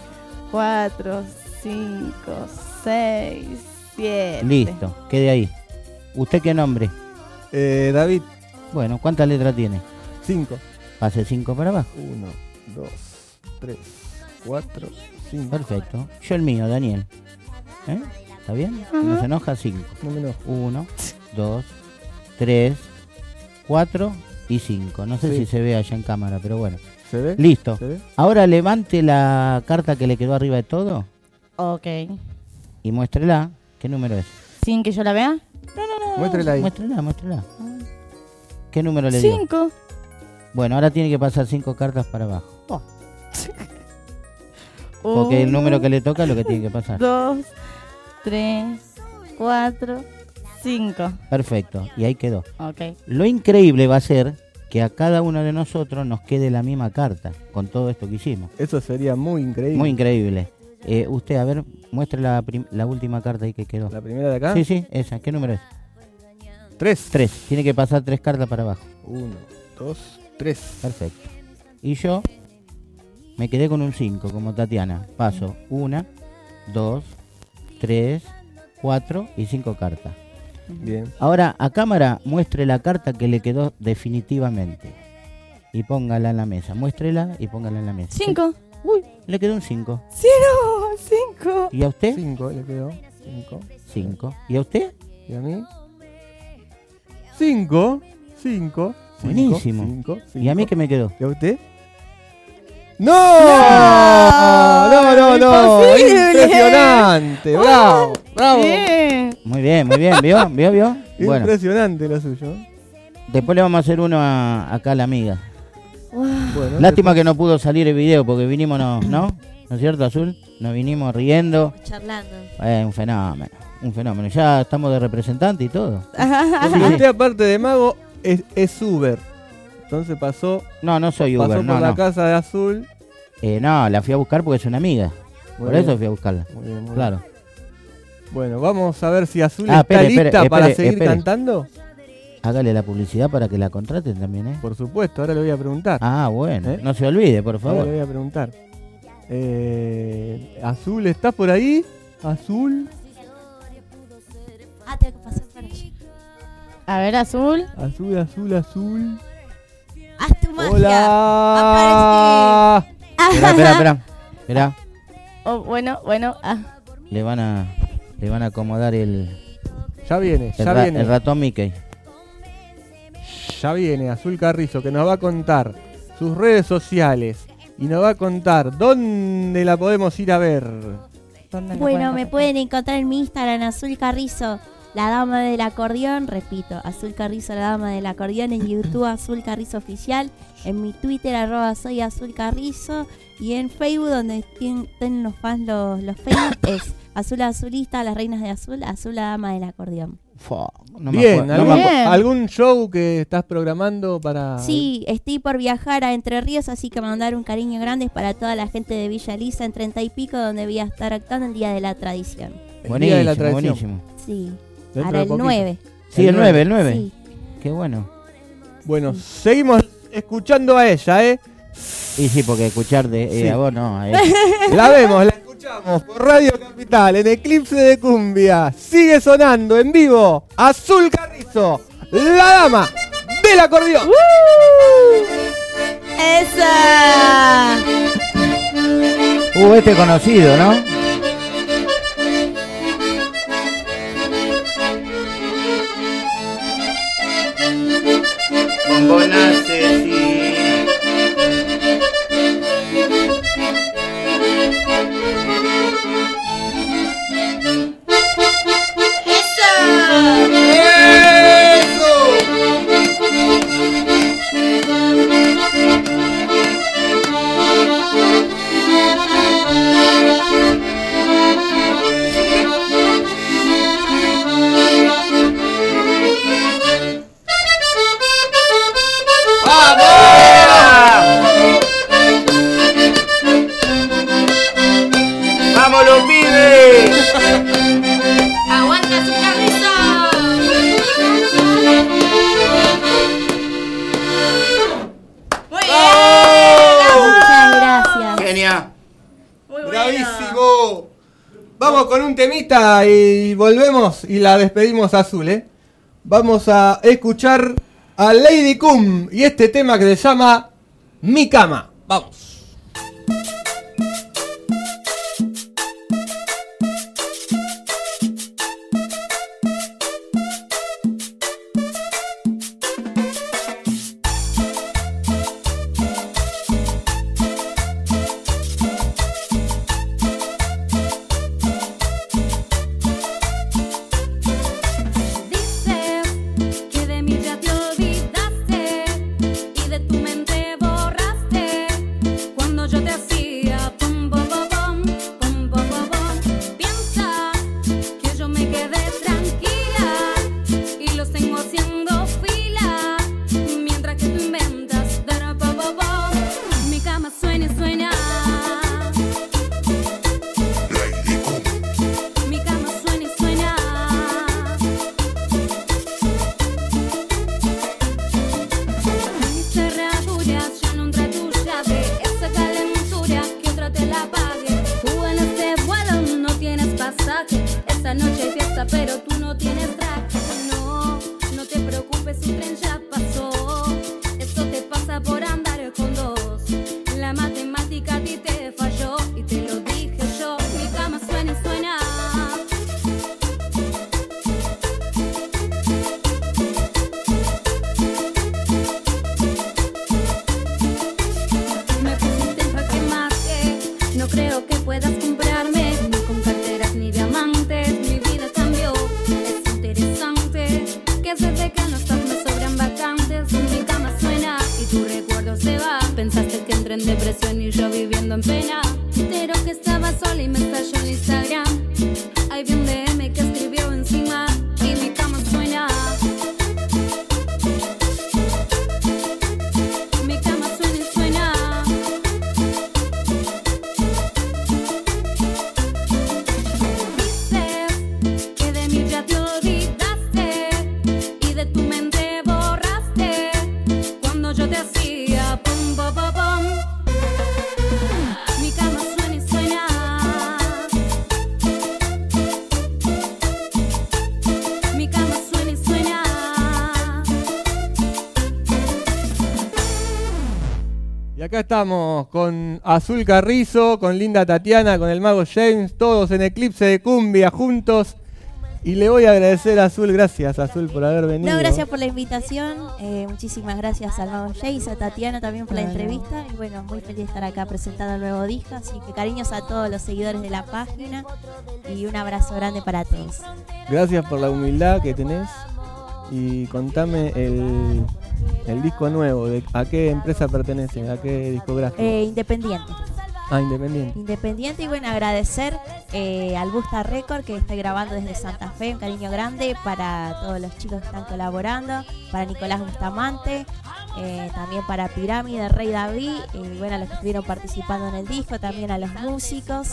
Speaker 3: cuatro, cinco, seis, siete.
Speaker 2: Listo, quede ahí. ¿Usted qué nombre?
Speaker 1: eh, David,
Speaker 2: Bueno, ¿cuántas letras tiene?
Speaker 1: cinco.
Speaker 2: Pase cinco para abajo.
Speaker 1: Uno, dos, tres, cuatro, cinco.
Speaker 2: Perfecto. Yo el mío, Daniel. ¿Eh? ¿Está bien? No se enoja, cinco.
Speaker 1: No me enojo.
Speaker 2: 1, 2, 3, 4 y 5. No sé
Speaker 1: Sí.
Speaker 2: si se ve allá en cámara, pero bueno.
Speaker 1: ¿Se ve?
Speaker 2: Listo.
Speaker 1: ¿Se ve?
Speaker 2: Ahora levante la carta que le quedó arriba de todo
Speaker 3: Ok.
Speaker 2: y muéstrela. ¿Qué número es?
Speaker 3: ¿Sin que yo la vea?
Speaker 1: Muéstrela ahí.
Speaker 2: Muéstrela, muéstrela. ¿Qué número le dio?
Speaker 3: Cinco.
Speaker 2: Bueno, ahora tiene que pasar cinco cartas para abajo. Porque el
Speaker 3: Uno,
Speaker 2: número que le toca es lo que tiene que pasar.
Speaker 3: Dos, tres, cuatro, cinco.
Speaker 2: Perfecto. Y ahí quedó.
Speaker 3: Ok.
Speaker 2: Lo increíble va a ser que a cada uno de nosotros nos quede la misma carta con todo esto que hicimos.
Speaker 1: Eso sería muy increíble.
Speaker 2: Muy increíble. Eh, usted, a ver, muestre la, prim- la última carta ahí que quedó.
Speaker 1: La primera de acá.
Speaker 2: Sí, sí, esa. ¿Qué número es?
Speaker 1: Tres.
Speaker 2: Tres. Tiene que pasar tres cartas para abajo.
Speaker 1: Uno, dos, tres.
Speaker 2: Perfecto. Y yo me quedé con un 5, como Tatiana. Paso una, dos, tres, cuatro y cinco cartas.
Speaker 1: Bien.
Speaker 2: Ahora, a cámara, muestre la carta que le quedó definitivamente. Y póngala en la mesa. Muéstrela y póngala en la mesa.
Speaker 3: Cinco.
Speaker 2: Uy, le quedó un 5.
Speaker 3: Cero. Cinco.
Speaker 2: ¿Y a usted?
Speaker 1: Cinco, le quedó. Cinco.
Speaker 2: 5. ¿Y a usted?
Speaker 1: ¿Y a mí? Cinco. Cinco. cinco,
Speaker 2: Buenísimo.
Speaker 1: cinco,
Speaker 2: ¿Y a mí
Speaker 1: cinco.
Speaker 2: qué me quedó?
Speaker 1: ¿Y a usted? ¡No! no, no.
Speaker 3: Imposible.
Speaker 1: Impresionante.
Speaker 2: ¡Oh!
Speaker 1: Bravo, bravo.
Speaker 3: Bien.
Speaker 2: Muy bien, muy bien, ¿vio? ¿Vio? ¿Vio? Bueno,
Speaker 1: Impresionante lo suyo.
Speaker 2: después le vamos a hacer uno a, acá a la amiga.
Speaker 1: Bueno,
Speaker 2: Lástima que no pudo salir el video porque vinimos, no, ¿no? ¿No es cierto, Azul? Nos vinimos riendo.
Speaker 6: charlando.
Speaker 2: Eh, un fenómeno, un fenómeno. Ya estamos de representante y todo.
Speaker 1: después-
Speaker 2: Sí, sí.
Speaker 1: Usted, aparte de mago, es, es Uber. Entonces pasó,
Speaker 2: No, no soy
Speaker 1: pasó
Speaker 2: Uber,
Speaker 1: por
Speaker 2: no,
Speaker 1: la
Speaker 2: no.
Speaker 1: casa de azul.
Speaker 2: Eh, no, la fui a buscar porque es una amiga.
Speaker 1: Muy
Speaker 2: Por
Speaker 1: bien,
Speaker 2: eso fui a buscarla.
Speaker 1: muy bien, muy
Speaker 2: Claro.
Speaker 1: bien. Bueno, vamos a ver si Azul está
Speaker 2: Ah, espere,
Speaker 1: lista
Speaker 2: espere,
Speaker 1: para
Speaker 2: espere,
Speaker 1: seguir
Speaker 2: espere.
Speaker 1: cantando.
Speaker 2: Hágale la publicidad para que la contraten también, ¿eh?
Speaker 1: Por supuesto, ahora le voy a preguntar.
Speaker 2: Ah, bueno.
Speaker 1: ¿Eh?
Speaker 2: No se olvide, por
Speaker 1: ahora le
Speaker 2: favor.
Speaker 1: voy a preguntar. Eh, azul, ¿estás por ahí? Azul,
Speaker 4: Ah, tengo que pasar para allá.
Speaker 3: A ver, azul.
Speaker 1: azul, azul, azul.
Speaker 4: Haz tu magia.
Speaker 1: ¡Hola!
Speaker 2: Espera, espera, espera. Esperá.
Speaker 3: Oh, bueno, bueno. Ah.
Speaker 2: Le van a, le van a acomodar el,
Speaker 1: Ya viene,
Speaker 2: el,
Speaker 1: ya
Speaker 2: ra-
Speaker 1: viene.
Speaker 2: el ratón Mickey.
Speaker 1: Ya viene Azul Carrizo que nos va a contar sus redes sociales y nos va a contar dónde la podemos ir a ver.
Speaker 3: ¿Dónde
Speaker 6: Bueno,
Speaker 3: lo pueden
Speaker 6: me
Speaker 3: contactar?
Speaker 6: pueden encontrar en mi Instagram, Azul Carrizo, la dama del acordeón. Repito, Azul Carrizo, la dama del acordeón. En YouTube, Azul Carrizo Oficial. En mi Twitter, arroba soy Azul Carrizo. Y en Facebook, donde estén, estén los fans, los, los fans, es Azul Azulista, las reinas de Azul, Azul la dama del acordeón.
Speaker 2: Fua, no me
Speaker 1: Bien,
Speaker 2: acuerdo, no
Speaker 1: ¿algún,
Speaker 2: me
Speaker 3: Bien.
Speaker 2: acuerdo.
Speaker 1: algún show que estás programando para...?
Speaker 6: Sí, estoy por viajar a Entre Ríos, así que mandar un cariño grande para toda la gente de Villa Lisa en Treinta y Pico, donde voy a estar actuando el Día de la Tradición.
Speaker 1: El Día de la
Speaker 2: Buenísimo,
Speaker 1: Tradición.
Speaker 2: buenísimo.
Speaker 6: Sí,
Speaker 1: Dentro
Speaker 6: para
Speaker 1: de
Speaker 6: el
Speaker 1: poquito.
Speaker 6: 9.
Speaker 2: Sí, el 9, el 9.
Speaker 6: Sí.
Speaker 2: Qué bueno.
Speaker 1: Bueno, seguimos escuchando a ella, ¿eh?
Speaker 2: Y sí, porque escuchar de, eh,
Speaker 1: Sí.
Speaker 2: a vos no. a ella.
Speaker 1: La vemos, la escuchamos por Radio Capital en Eclipse de Cumbia. Sigue sonando en vivo Azul Carrizo, la dama del acordeón.
Speaker 6: ¡Esa!
Speaker 2: Uh, este conocido, ¿no?
Speaker 6: ¡Aguanta su ¡Muy bien!
Speaker 3: Oh,
Speaker 4: Muchas gracias.
Speaker 9: Genia.
Speaker 6: Muy
Speaker 1: ¡Bravísimo! Vamos con un temita y volvemos y la despedimos a azul, ¿eh? Vamos a escuchar a Lady Cum y este tema que se llama Mi cama. Vamos.
Speaker 10: Dices que de mí ya te olvidaste y de tu mente borraste cuando yo te hacía pom pom pom pom pom pom pom pom. Piensa que yo me quedé tranquila y los tengo haciendo fila mientras que tú inventas dar pom pom pom. Mi cama suena y suena. Mi cama suena y suena. Mis cerraduras ya no entra tu llave Esa calentura que otra te la pague Tú en este vuelo no tienes pasaje Esta noche hay fiesta pero tú no tienes traje No, no te preocupes, un tren ya pasó Esto te pasa por andar con dos La matemática a ti te falló Y te lo dije yo Mi cama suena y suena Me pusiste pa' que mate. No creo que puedas comprarme, ni con carteras ni diamantes, mi vida cambió. Es interesante que desde que no estás me sobran vacantes, mi cama suena y tu recuerdo se va. Pensaste que entré en depresión y yo viviendo en pena, pero que estaba sola y me estalló en Instagram. Hay bien DM que escribió encima y mi cama suena. Mi cama suena y suena. Dices que de mí ya te olvidaste y de tu mente borraste cuando yo te hacía pum pum pum pum. Mi cama suena y suena. Mi cama suena y suena.
Speaker 1: Y acá estamos con Azul Carrizo, con Linda Tatiana, con el mago James, todos en Eclipse de Cumbia juntos. Y le voy a agradecer a Azul, gracias Azul por haber venido.
Speaker 4: No, gracias por la invitación. eh, muchísimas gracias al Mago Jace, a Tatiana también por la entrevista. Y bueno, muy feliz de estar acá presentando el nuevo disco. Así que cariños a todos los seguidores de la página. Y un abrazo grande para todos.
Speaker 1: Gracias por la humildad que tenés. Y contame el, el disco nuevo, de, ¿a qué empresa pertenece? ¿A qué discográfico?
Speaker 4: Eh, independiente.
Speaker 1: Ah, Independiente.
Speaker 4: Independiente y bueno, agradecer eh, al Busta Record que estoy grabando desde Santa Fe, un cariño grande para todos los chicos que están colaborando, para Nicolás Bustamante, eh, también para Pirámide, Rey David, y bueno, a los que estuvieron participando en el disco, también a los músicos,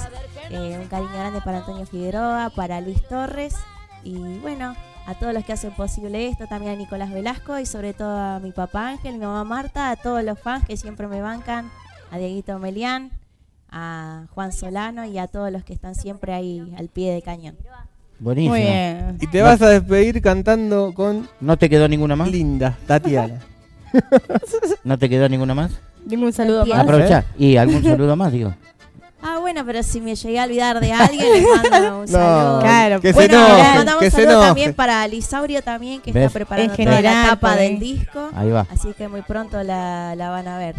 Speaker 4: eh, un cariño grande para Antonio Figueroa, para Luis Torres y bueno, a todos los que hacen posible esto, también a Nicolás Velasco y sobre todo a mi papá Ángel, mi mamá Marta, a todos los fans que siempre me bancan, a Dieguito Melián a Juan Solano y a todos los que están siempre ahí al pie de cañón.
Speaker 2: Buenísimo.
Speaker 3: Muy bien.
Speaker 1: Y te vas a despedir cantando con
Speaker 2: ¿No te quedó ninguna más?
Speaker 1: Linda Tatiana.
Speaker 2: ¿No te quedó ninguna más?
Speaker 3: Dime un saludo
Speaker 4: Bien.
Speaker 3: más.
Speaker 2: Aprovechá. ¿Y algún saludo más, digo?
Speaker 4: Ah, bueno, pero si me llegué a olvidar de alguien, les mando un saludo.
Speaker 3: Claro,
Speaker 1: que se
Speaker 4: Bueno,
Speaker 1: enoje,
Speaker 4: le mandamos
Speaker 1: que
Speaker 4: un
Speaker 1: se
Speaker 4: saludo
Speaker 1: enoje.
Speaker 4: también para Lisaurio también, que
Speaker 2: ¿Ves?
Speaker 4: está preparando
Speaker 3: En
Speaker 4: toda la
Speaker 3: general,
Speaker 4: tapa
Speaker 3: por ahí.
Speaker 4: del disco.
Speaker 2: Ahí va.
Speaker 4: Así que muy pronto la, la van a ver.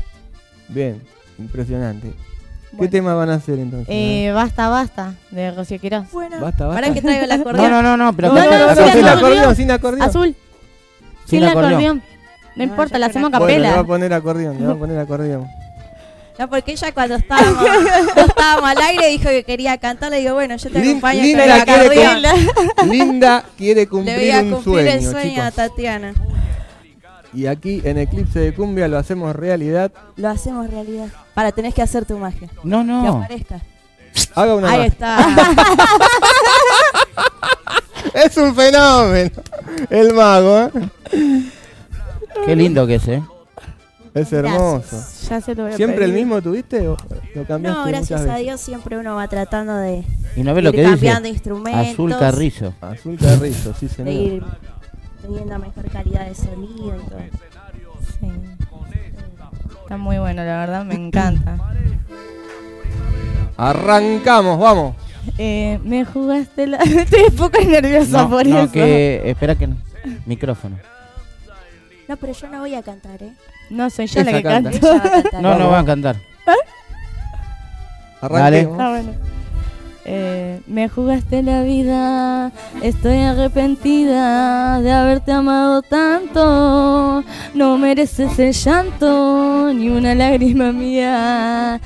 Speaker 1: Bien, impresionante. ¿Qué
Speaker 3: Bueno.
Speaker 1: tema van a hacer entonces?
Speaker 3: Eh, basta, basta, de Rocío Quirós.
Speaker 4: Bueno,
Speaker 1: Basta, basta.
Speaker 4: para que traigo el
Speaker 2: No,
Speaker 4: acordeón.
Speaker 2: no, no, no, pero
Speaker 3: No,
Speaker 2: canta-
Speaker 3: no, no,
Speaker 2: canta-
Speaker 1: sin
Speaker 3: no, no,
Speaker 2: canta-
Speaker 1: acordeón,
Speaker 3: acordeón.
Speaker 1: sin acordeón.
Speaker 3: Azul,
Speaker 2: sin acordeón.
Speaker 3: No
Speaker 4: No,
Speaker 3: importa,
Speaker 4: yo
Speaker 3: la hacemos a
Speaker 4: creo
Speaker 1: Bueno, le va
Speaker 3: capela.
Speaker 1: a poner acordeón, le va a poner acordeón.
Speaker 4: No, porque ella cuando estábamos, no estábamos al aire dijo que quería cantar. Le digo, bueno, yo te
Speaker 1: Lin-
Speaker 4: acompaño
Speaker 1: Linda
Speaker 4: con el
Speaker 1: la quiere
Speaker 4: acordeón.
Speaker 1: Linda quiere
Speaker 4: Le voy
Speaker 1: cumplir
Speaker 4: a
Speaker 1: un
Speaker 4: cumplir el
Speaker 1: sueño,
Speaker 4: sueño a
Speaker 1: chicos.
Speaker 4: Tatiana.
Speaker 1: Y aquí en Eclipse de Cumbia lo hacemos realidad.
Speaker 4: Lo hacemos realidad. Para, tenés que hacer tu magia.
Speaker 2: No,
Speaker 4: Que
Speaker 2: no.
Speaker 4: aparezca.
Speaker 1: Haga una
Speaker 4: Ahí
Speaker 1: más.
Speaker 4: está.
Speaker 1: Es un fenómeno. El mago, ¿eh?
Speaker 2: Qué lindo que es, ¿eh?
Speaker 1: Es hermoso.
Speaker 3: Ya se lo voy a
Speaker 1: ¿Siempre el
Speaker 3: pedir.
Speaker 1: mismo tuviste o lo cambiaste
Speaker 4: no,
Speaker 1: muchas
Speaker 4: gracias a
Speaker 1: veces?
Speaker 4: Dios siempre uno va tratando de
Speaker 2: Y no ves lo
Speaker 4: ir
Speaker 2: que dice.
Speaker 4: cambiando instrumentos.
Speaker 2: Azul Carrizo.
Speaker 1: Azul Carrizo, sí
Speaker 4: De
Speaker 1: señor.
Speaker 4: ir teniendo mejor calidad de sonido y todo.
Speaker 3: Sí. Está muy bueno, la verdad, me encanta.
Speaker 1: Arrancamos, vamos.
Speaker 3: Eh, me jugaste la... Estoy un poco nerviosa
Speaker 2: No,
Speaker 3: por
Speaker 2: no,
Speaker 3: eso.
Speaker 2: que espera que no. micrófono.
Speaker 4: No, pero yo no voy a cantar, ¿eh?
Speaker 3: No, soy yo
Speaker 1: Esa
Speaker 3: la que
Speaker 1: canta.
Speaker 3: canto.
Speaker 4: Ella va a cantar.
Speaker 2: No, no va a cantar.
Speaker 1: Arranquemos.
Speaker 3: Ah, bueno. Eh, me jugaste la vida, estoy arrepentida de haberte amado tanto. No mereces el llanto ni una lágrima mía.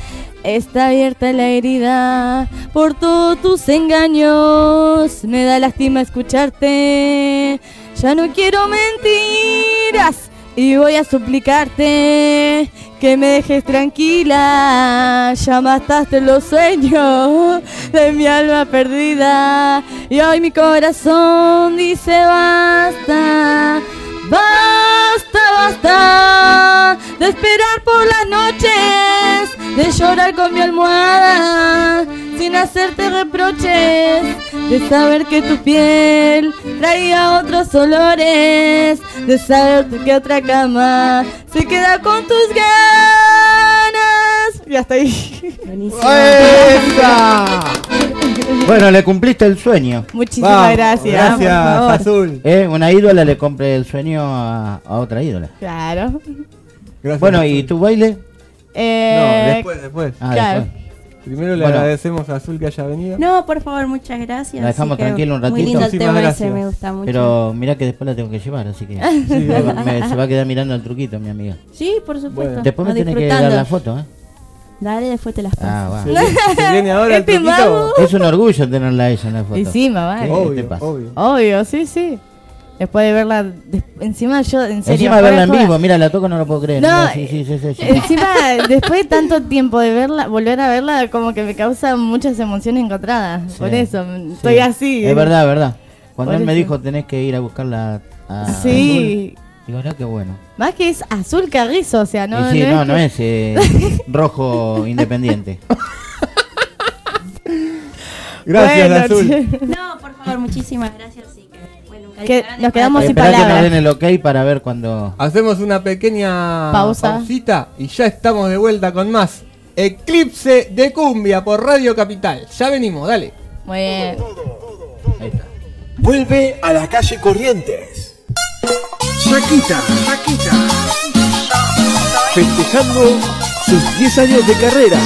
Speaker 3: Está abierta la herida por todos tus engaños. Me da lástima escucharte. Ya no quiero mentiras y voy a suplicarte que me dejes tranquila. Ya mataste los sueños de mi alma perdida y hoy mi corazón dice basta. Basta, basta de esperar por las noches, de llorar con mi almohada, sin hacerte reproches, de saber que tu piel traía otros olores, de saber que otra cama se queda con tus ganas. Y hasta ahí.
Speaker 4: Buenísimo.
Speaker 1: ¡Esa!
Speaker 2: Bueno, le cumpliste el sueño.
Speaker 3: Muchísimas
Speaker 1: Vamos,
Speaker 3: gracias. por favor.
Speaker 1: Gracias, Azul.
Speaker 2: ¿eh? Una ídola le cumple el sueño a, a otra ídola.
Speaker 3: Claro.
Speaker 1: Gracias.
Speaker 2: Bueno, ¿y tu baile?
Speaker 3: Eh,
Speaker 1: No, después, después.
Speaker 2: Ah,
Speaker 3: Claro.
Speaker 2: después.
Speaker 1: Primero le
Speaker 2: Bueno.
Speaker 1: agradecemos a Azul que haya venido.
Speaker 4: No, por favor, muchas gracias.
Speaker 2: La dejamos
Speaker 4: Así que
Speaker 2: tranquila un
Speaker 4: Muy
Speaker 2: ratito.
Speaker 4: lindo el
Speaker 1: Muchísimas
Speaker 4: tema ese,
Speaker 1: gracias.
Speaker 4: me gusta mucho.
Speaker 2: Pero mira que después la tengo que llevar, así que me- se va a quedar mirando el truquito, mi amiga.
Speaker 4: Sí, por supuesto.
Speaker 1: Bueno.
Speaker 2: Después me
Speaker 4: Ah,
Speaker 2: tiene que
Speaker 4: disfrutando.
Speaker 2: dar la foto, ¿eh?
Speaker 4: Dale, después te las paso.
Speaker 2: Ah, va.
Speaker 1: Si viene- si viene ahora el
Speaker 3: ¡Qué
Speaker 1: truquito,
Speaker 3: timado!
Speaker 2: Es un orgullo tenerla a ella en la foto.
Speaker 3: Encima, vale.
Speaker 2: Oh.
Speaker 1: obvio,
Speaker 2: pasa?
Speaker 1: obvio.
Speaker 3: Obvio, sí, sí. Después de verla. des- Encima yo, en serio.
Speaker 2: Encima
Speaker 3: fuera
Speaker 2: verla
Speaker 3: de
Speaker 2: en
Speaker 3: joda.
Speaker 2: vivo, mira, la toco, no lo puedo creer.
Speaker 3: No, eh,
Speaker 2: Mirá, sí, sí, sí, sí, sí.
Speaker 3: Encima, después de tanto tiempo de verla, volver a verla, como que me causa muchas emociones encontradas.
Speaker 2: Sí,
Speaker 3: Por eso, mm,
Speaker 2: sí.
Speaker 3: estoy así. eh.
Speaker 2: Es verdad, es verdad. Cuando
Speaker 3: Por
Speaker 2: él me
Speaker 3: eso.
Speaker 2: dijo tenés que ir a buscarla a Azul",
Speaker 3: Sí.
Speaker 2: digo, no, qué bueno.
Speaker 3: Más que es azul carrizo, o sea, no,
Speaker 2: y sí, no,
Speaker 3: es
Speaker 2: no
Speaker 3: que-
Speaker 2: es eh, rojo independiente.
Speaker 1: Gracias,
Speaker 3: Bueno,
Speaker 1: Azul.
Speaker 3: che.
Speaker 4: No, por favor, muchísimas gracias. sí, que, bueno, un cariño
Speaker 3: Que
Speaker 4: grande
Speaker 3: nos
Speaker 4: para
Speaker 3: quedamos
Speaker 4: todos.
Speaker 3: sin
Speaker 2: Espera que nos
Speaker 3: palabras.
Speaker 2: den el ok para ver cuando...
Speaker 1: Hacemos una pequeña
Speaker 3: Pausa.
Speaker 1: pausita y ya estamos de vuelta con más Eclipse de Cumbia por Radio Capital. Ya venimos, dale.
Speaker 3: Muy bien.
Speaker 2: Ahí está.
Speaker 8: Vuelve a la calle Corrientes. Shakita, Shakita. Festejando sus 10 años de carrera.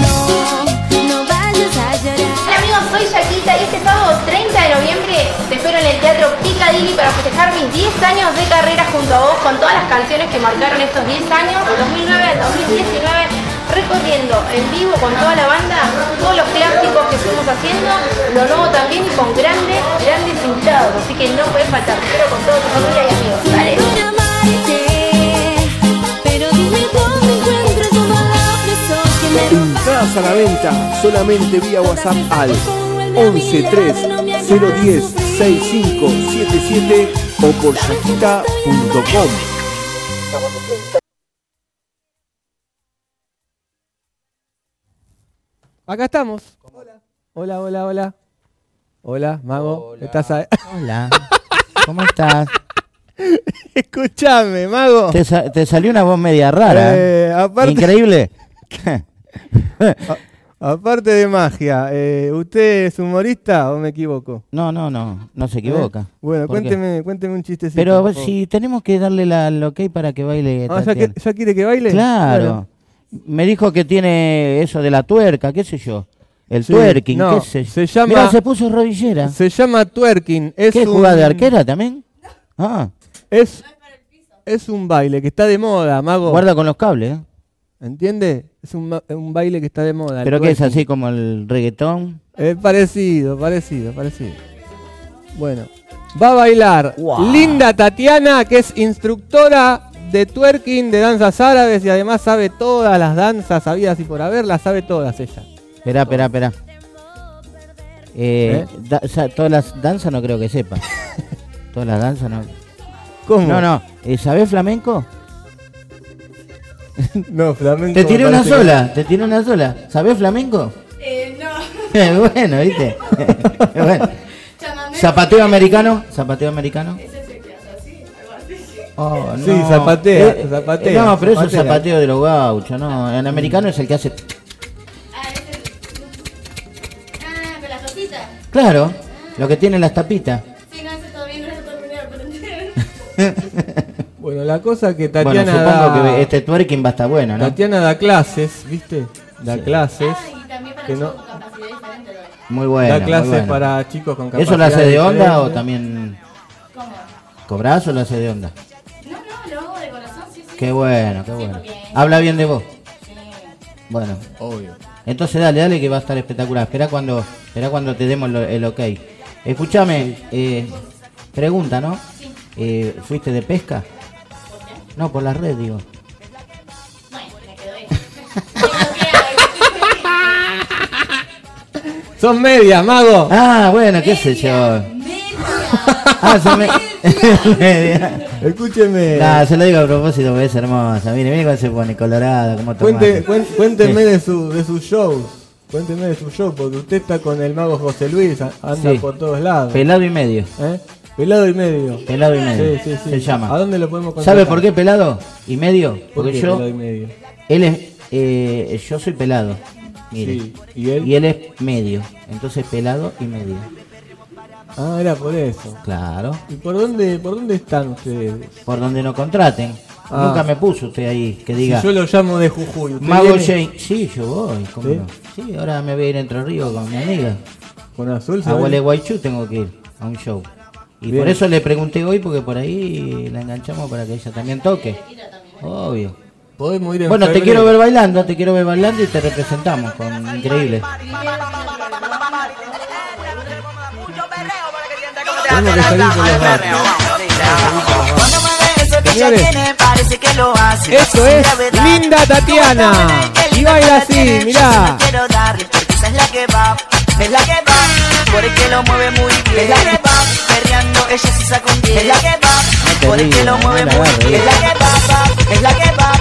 Speaker 10: No vayas a llorar.
Speaker 5: Hola amigos, soy Shakita y este sábado 30 de noviembre te espero en el Teatro Picadilly para festejar mis 10 años de carrera junto a vos con todas las canciones que marcaron estos 10 años, del 2009 al 2019, recorriendo en vivo con toda la banda todos los clásicos que fuimos haciendo, lo nuevo también y con grandes, grandes invitados, así que no puedes faltar, te espero con toda tu familia y amigos, ¿vale?
Speaker 10: Por amarte, pero dime dónde encuentras todos los besos que me
Speaker 8: Entradas a la venta solamente vía WhatsApp al 1130106577 o por shakita.com.
Speaker 1: Acá estamos. Hola, hola, hola. Hola, mago. ¿Estás ahí?
Speaker 2: Hola, ¿cómo estás?
Speaker 1: Escuchame, mago.
Speaker 2: Te, sa- te salió una voz media rara.
Speaker 1: Eh, aparte-
Speaker 2: Increíble.
Speaker 1: Aparte de magia, eh, ¿usted es humorista o me equivoco? ¿Eh?
Speaker 2: no, no, no, no se equivoca.
Speaker 1: Bueno,
Speaker 2: ¿Por qué?
Speaker 1: cuénteme, cuénteme un chistecito.
Speaker 2: Pero
Speaker 1: por favor.
Speaker 2: si tenemos que darle la, el ok para que baile.
Speaker 1: Ah, ¿ya,
Speaker 2: Tatiana.
Speaker 1: que- ya quiere que baile?
Speaker 2: Claro. Me dijo que tiene eso de la tuerca, qué sé yo. El
Speaker 1: Sí,
Speaker 2: twerking,
Speaker 1: no,
Speaker 2: qué sé yo.
Speaker 1: se llama-
Speaker 2: Mirá, se puso rodillera.
Speaker 1: Se llama twerking. Es
Speaker 2: ¿Qué
Speaker 1: un-
Speaker 2: jugada de arquera también? Ah,
Speaker 1: Es, es un baile que está de moda, mago.
Speaker 2: guarda con los cables. ¿eh?
Speaker 1: ¿Entiende? Es un, ba- un baile que está de moda. el
Speaker 2: Pero que es
Speaker 1: twerking.
Speaker 2: así como el reggaetón.
Speaker 1: Es parecido, parecido, parecido. Bueno, va a bailar Linda Tatiana, que es instructora de twerking, de danzas árabes y además sabe todas las danzas habidas y por haber, las sabe todas ella.
Speaker 2: Esperá, esperá, esperá. Eh,
Speaker 1: ¿Eh?
Speaker 2: da- o sea, todas las danzas no creo que sepa. todas las danzas no.
Speaker 1: ¿Cómo?
Speaker 2: No, no. Eh, ¿Sabés flamenco?
Speaker 1: No, flamenco.
Speaker 2: Te tiré
Speaker 1: me
Speaker 2: una
Speaker 1: parece que-
Speaker 2: sola, te tiré una sola. ¿Sabés flamenco? Eh, no. bueno, ¿viste? bueno. Zapateo americano, zapateo americano. Oh,
Speaker 1: Sí,
Speaker 2: no. eh,
Speaker 1: zapatea, zapatea,
Speaker 2: No, pero eso es
Speaker 1: zapatea.
Speaker 2: zapateo de los gauchos, no. El americano es el que hace. Ah, con las Claro, lo que tiene las tapitas.
Speaker 1: Bueno, la cosa que
Speaker 2: Bueno,
Speaker 1: Tatiana
Speaker 2: supongo
Speaker 1: da,
Speaker 2: que este twerking va a estar bueno, ¿no?
Speaker 1: Tatiana da clases, ¿viste? Da
Speaker 2: Sí.
Speaker 1: clases. que no-
Speaker 2: Muy bueno.
Speaker 1: da
Speaker 2: muy
Speaker 1: clases
Speaker 2: bueno.
Speaker 1: para chicos con capacidad.
Speaker 2: ¿Eso lo hace de onda o también.? ¿Cobras o lo hace de onda? No, no, lo hago de corazón, sí, sí. Qué bueno, qué bueno. Habla bien de vos. Bueno.
Speaker 1: Obvio.
Speaker 2: Entonces dale, dale que va a estar espectacular. Espera cuando, espera cuando te demos lo- el ok. Escúchame, eh, pregunta, ¿no? Eh, ¿Fuiste de pesca? No, por la red, digo.
Speaker 1: Son medias, mago.
Speaker 2: Ah, bueno, qué sé yo. Ah, se me... Media.
Speaker 1: Escúcheme.
Speaker 2: Nah, se lo digo a propósito porque es hermosa. Mire, mire cómo se pone colorada, como
Speaker 1: Cuente,
Speaker 2: tomate.
Speaker 1: cuen- cuénteme de, su, de sus shows. Cuénteme de sus shows, porque usted está con el mago José Luis, a- anda
Speaker 2: Sí.
Speaker 1: por todos lados.
Speaker 2: Pelado y medio.
Speaker 1: ¿eh? Pelado y medio.
Speaker 2: Pelado y medio.
Speaker 1: Sí, sí, sí.
Speaker 2: Se llama.
Speaker 1: ¿A dónde lo podemos contar?
Speaker 2: ¿Sabe por qué pelado y medio?
Speaker 1: ¿Por
Speaker 2: Porque
Speaker 1: qué
Speaker 2: yo,
Speaker 1: Pelado y medio?
Speaker 2: él es, eh, yo soy pelado. Mire.
Speaker 1: Sí. ¿Y él?
Speaker 2: Y él es medio. Entonces pelado y medio.
Speaker 1: Ah, era por eso.
Speaker 2: Claro.
Speaker 1: ¿Y por dónde, por dónde están ustedes?
Speaker 2: Por donde no contraten.
Speaker 1: Ah.
Speaker 2: Nunca me puso usted ahí que diga.
Speaker 1: Si yo lo llamo de Jujuy. ¿usted
Speaker 2: Mago
Speaker 1: viene?
Speaker 2: Jane. Sí, yo voy. ¿cómo
Speaker 1: ¿Sí?
Speaker 2: no? ¿Sí? ahora me voy a ir a Entre Ríos con mi amiga.
Speaker 1: Con Azul,
Speaker 2: A
Speaker 1: ¿sabes?
Speaker 2: Gualeguaychú tengo que ir a un show. Y
Speaker 1: Bien.
Speaker 2: por eso le pregunté hoy, porque por ahí la enganchamos para que ella también toque. Obvio.
Speaker 1: Podemos ir en
Speaker 2: Bueno, te
Speaker 1: febrero.
Speaker 2: quiero ver bailando, te quiero ver bailando y te representamos con increíble.
Speaker 1: Tenemos que salir con los barrios. Señores, esto es Linda Tatiana. Y baila así, mirá.
Speaker 8: Quiero darle, porque esa es la que va, es la que va, porque lo mueve muy bien. Es la que va, perreando, ella sí saca un 10. Es la que va, porque lo mueve muy bien. Es la que va, va, es la que va,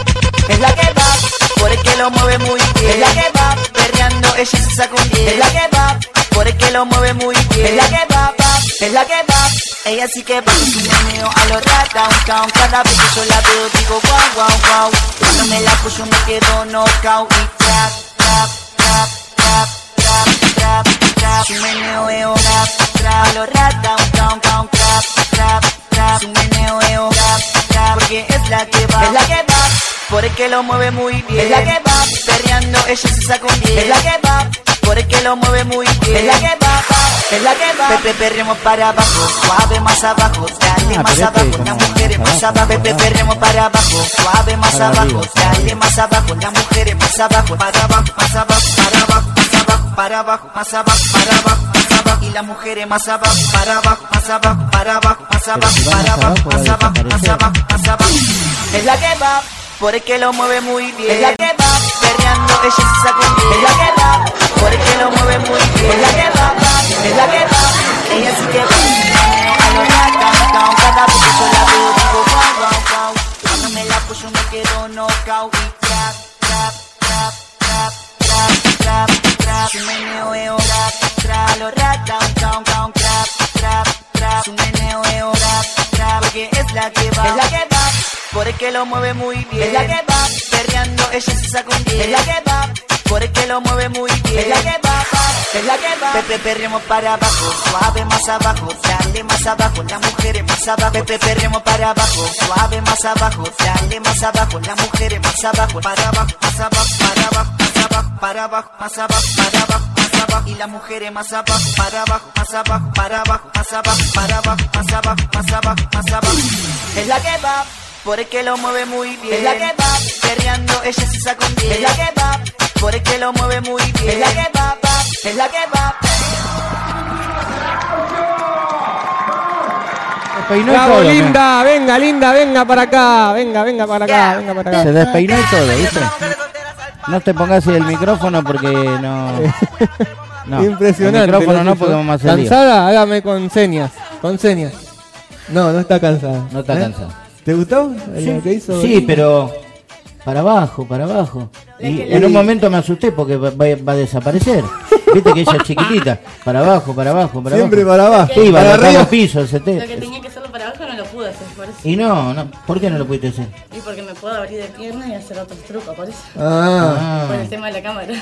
Speaker 8: es la que va, porque lo mueve muy bien. Es la que va, perreando, ella sí saca un 10. Es la que va, porque lo mueve muy bien. Es la que va, va, es la que va. Ella sí que va, un meneo a lo rata, un caón cada vez que yo la veo digo wow, wow, wow. Cuando me la puso me quedo knockout y trap, trap, trap, trap, trap, trap, trap. Su meneo es oh, trap, trap, a lo rata, un caón, caón, trap, trap, trap. Su meneo es oh, trap, trap, porque es la que va, es la que va. Porque lo mueve muy bien, es la que va, perreando, ella se saca un 10, es la que va, porque lo mueve muy bien, es la que va, va, es la que va, Pepe perremos para abajo, suave más abajo, dale
Speaker 1: Ah, pero
Speaker 8: más
Speaker 1: este
Speaker 8: abajo,
Speaker 1: como
Speaker 8: las mujeres
Speaker 1: más
Speaker 8: más abajo, Pepe perremos para abajo, suave más
Speaker 1: Para
Speaker 8: abajo,
Speaker 1: arriba,
Speaker 8: dale más abajo, las mujeres más abajo, para abajo, más abajo, para abajo, más abajo, para abajo, más abajo, para abajo, más abajo, y las mujeres más abajo, para abajo, más abajo, para abajo, más abajo,
Speaker 2: si va
Speaker 8: para
Speaker 2: más
Speaker 8: abajo,
Speaker 2: abajo, va a
Speaker 8: más abajo, más
Speaker 2: desaparecer.
Speaker 8: abajo, más abajo, es la que va, porque lo mueve muy bien, es la que va, perreando, ella se saca un 10. es la que va, porque lo mueve muy bien, es la que va, va, es la que va, ella sí que va, a lo rata, down, cada vez que yo la veo digo wow, wow, wow, cuando me la puso me quedo knockout y trap, trap, trap, trap, trap, trap, trap, su meneo es oh, trap, trap, a lo rata, down, down, trap, trap, trap, su meneo es oh, trap, trap, porque es la que va, es la que va, porque lo mueve muy bien, es la que va, perreando, ella se saca un 10, es la que va, porque lo mueve muy bien, es la que va, va, es la que va, Pepe perremos para abajo, suave más abajo, dale más abajo, las mujeres más abajo, Pepe perremos para abajo, suave más abajo, dale más abajo, las mujeres más abajo, para abajo, más abajo, para abajo, más abajo, para abajo, más abajo, para abajo, más abajo, y las mujeres más abajo, para abajo, más abajo, para abajo, más abajo, para abajo, más abajo, más abajo, más abajo, es la que va, porque lo mueve muy bien, es la que va, perreando, ella se saca un 10, es la que va, porque lo mueve muy bien, es la que va, va, es la que va.
Speaker 2: Despeinó y
Speaker 1: Bravo,
Speaker 2: todo, mirá.
Speaker 1: linda, venga, linda, venga para acá, venga, venga para acá, venga para acá.
Speaker 2: Se despeinó y todo, ¿viste? No te pongas el micrófono porque no. no.
Speaker 1: Impresionante.
Speaker 2: Ah. El micrófono
Speaker 1: lo
Speaker 2: no
Speaker 1: suyo.
Speaker 2: porque vamos a hacer lío.
Speaker 1: ¿Cansada? Hágame con señas, con señas. No, no está cansada.
Speaker 2: No está
Speaker 1: ¿Eh?
Speaker 2: cansada.
Speaker 1: ¿Te gustó
Speaker 2: Sí,
Speaker 1: lo que hizo?
Speaker 2: sí, pero para abajo, para abajo. Y en un momento me asusté porque va, va- va a desaparecer. Viste que ella es chiquitita. Para abajo, para abajo, para
Speaker 1: Siempre
Speaker 2: abajo.
Speaker 1: para abajo.
Speaker 2: Sí,
Speaker 1: para arriba.
Speaker 2: piso, se
Speaker 5: Lo que
Speaker 2: te...
Speaker 5: tenía que hacerlo para abajo no lo pude hacer, por eso.
Speaker 2: Y no, no, ¿por qué no lo pudiste hacer?
Speaker 5: Y porque me puedo abrir de pierna y hacer otros trucos, por eso.
Speaker 1: Ah,
Speaker 5: Por el
Speaker 2: Ah,
Speaker 5: tema de la cámara.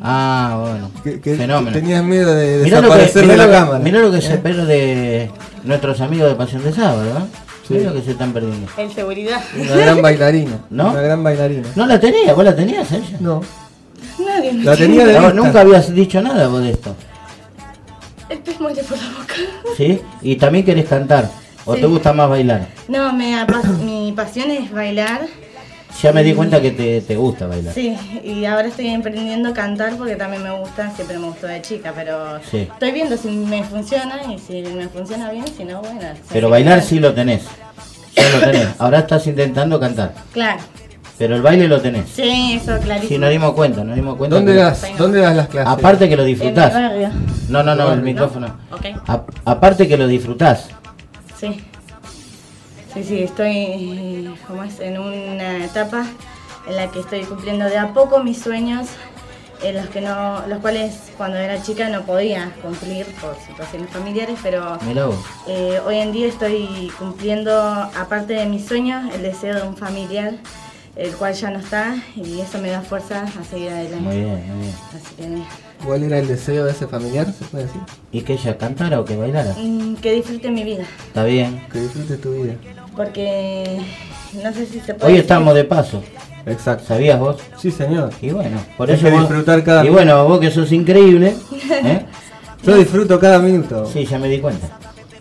Speaker 2: ah, bueno.
Speaker 1: que, que
Speaker 2: Fenómeno.
Speaker 1: tenías miedo de
Speaker 2: Mirá lo que,
Speaker 1: desaparecer
Speaker 2: mirá
Speaker 1: de la
Speaker 2: lo que-
Speaker 1: cámara.
Speaker 2: mirá lo que se
Speaker 1: ¿Eh?
Speaker 2: pierde nuestros amigos de Pasión de Sábado, ¿eh? Mirá lo que se están perdiendo.
Speaker 5: En seguridad.
Speaker 1: Una gran bailarina.
Speaker 2: ¿No?
Speaker 1: Una gran bailarina.
Speaker 2: No la tenía, vos la tenías a ella.
Speaker 1: No.
Speaker 5: Nadie me
Speaker 1: La tenía de
Speaker 2: No,
Speaker 1: vista.
Speaker 2: nunca habías dicho nada vos de esto.
Speaker 5: El pez muere por la boca.
Speaker 2: ¿Sí? Y también querés cantar. ¿O
Speaker 5: Sí.
Speaker 2: te gusta más bailar?
Speaker 5: No, me apa- mi pasión es bailar.
Speaker 2: Ya me di cuenta que te, te gusta bailar.
Speaker 5: Mm. Sí, y ahora estoy emprendiendo a cantar porque también me gusta, siempre me gustó de chica, pero
Speaker 2: Sí.
Speaker 5: estoy viendo si me funciona y si me funciona bien, si no, bueno. se
Speaker 2: Pero
Speaker 5: hace
Speaker 2: bailar
Speaker 5: cantar.
Speaker 2: sí lo tenés. Ya lo tenés. Ahora estás intentando cantar.
Speaker 5: Claro,
Speaker 2: Pero el baile lo tenés.
Speaker 5: sí, eso clarísimo.
Speaker 2: Sí, nos dimos cuenta, nos dimos cuenta.
Speaker 1: ¿Dónde
Speaker 2: que-
Speaker 1: das, ¿Dónde das las clases?
Speaker 2: Aparte que lo
Speaker 5: En mi
Speaker 2: disfrutás.
Speaker 5: barrio.
Speaker 2: No, no, no, el micrófono.
Speaker 5: Ok,
Speaker 2: A- aparte que lo disfrutás.
Speaker 5: sí. Sí, sí, estoy eh, como es, en una etapa en la que estoy cumpliendo de a poco mis sueños, en los, que no, los cuales cuando era chica no podía cumplir por situaciones familiares, pero
Speaker 2: Mirá vos.
Speaker 5: Eh, hoy en día estoy cumpliendo, aparte de mis sueños, el deseo de un familiar, el cual ya no está, y eso me da fuerza a seguir adelante.
Speaker 2: Muy bien, muy bien.
Speaker 5: Así que,
Speaker 1: ¿Cuál era el deseo de ese familiar? ¿Se puede decir?
Speaker 2: ¿Y que ella cantara o que bailara?
Speaker 5: mm, que disfrute mm, mi vida,
Speaker 2: Está bien.
Speaker 1: Que disfrutes tu vida.
Speaker 5: porque no sé si se puede.
Speaker 2: Hoy estamos de paso.
Speaker 1: Exacto.
Speaker 2: ¿Sabías vos?
Speaker 1: Sí, señor.
Speaker 2: Y bueno, por
Speaker 1: Hay
Speaker 2: eso.
Speaker 1: que
Speaker 2: vos-
Speaker 1: disfrutar cada-
Speaker 2: Y bueno, vos que sos increíble. ¿eh?
Speaker 1: Yo disfruto cada minuto.
Speaker 2: Sí, ya me di cuenta.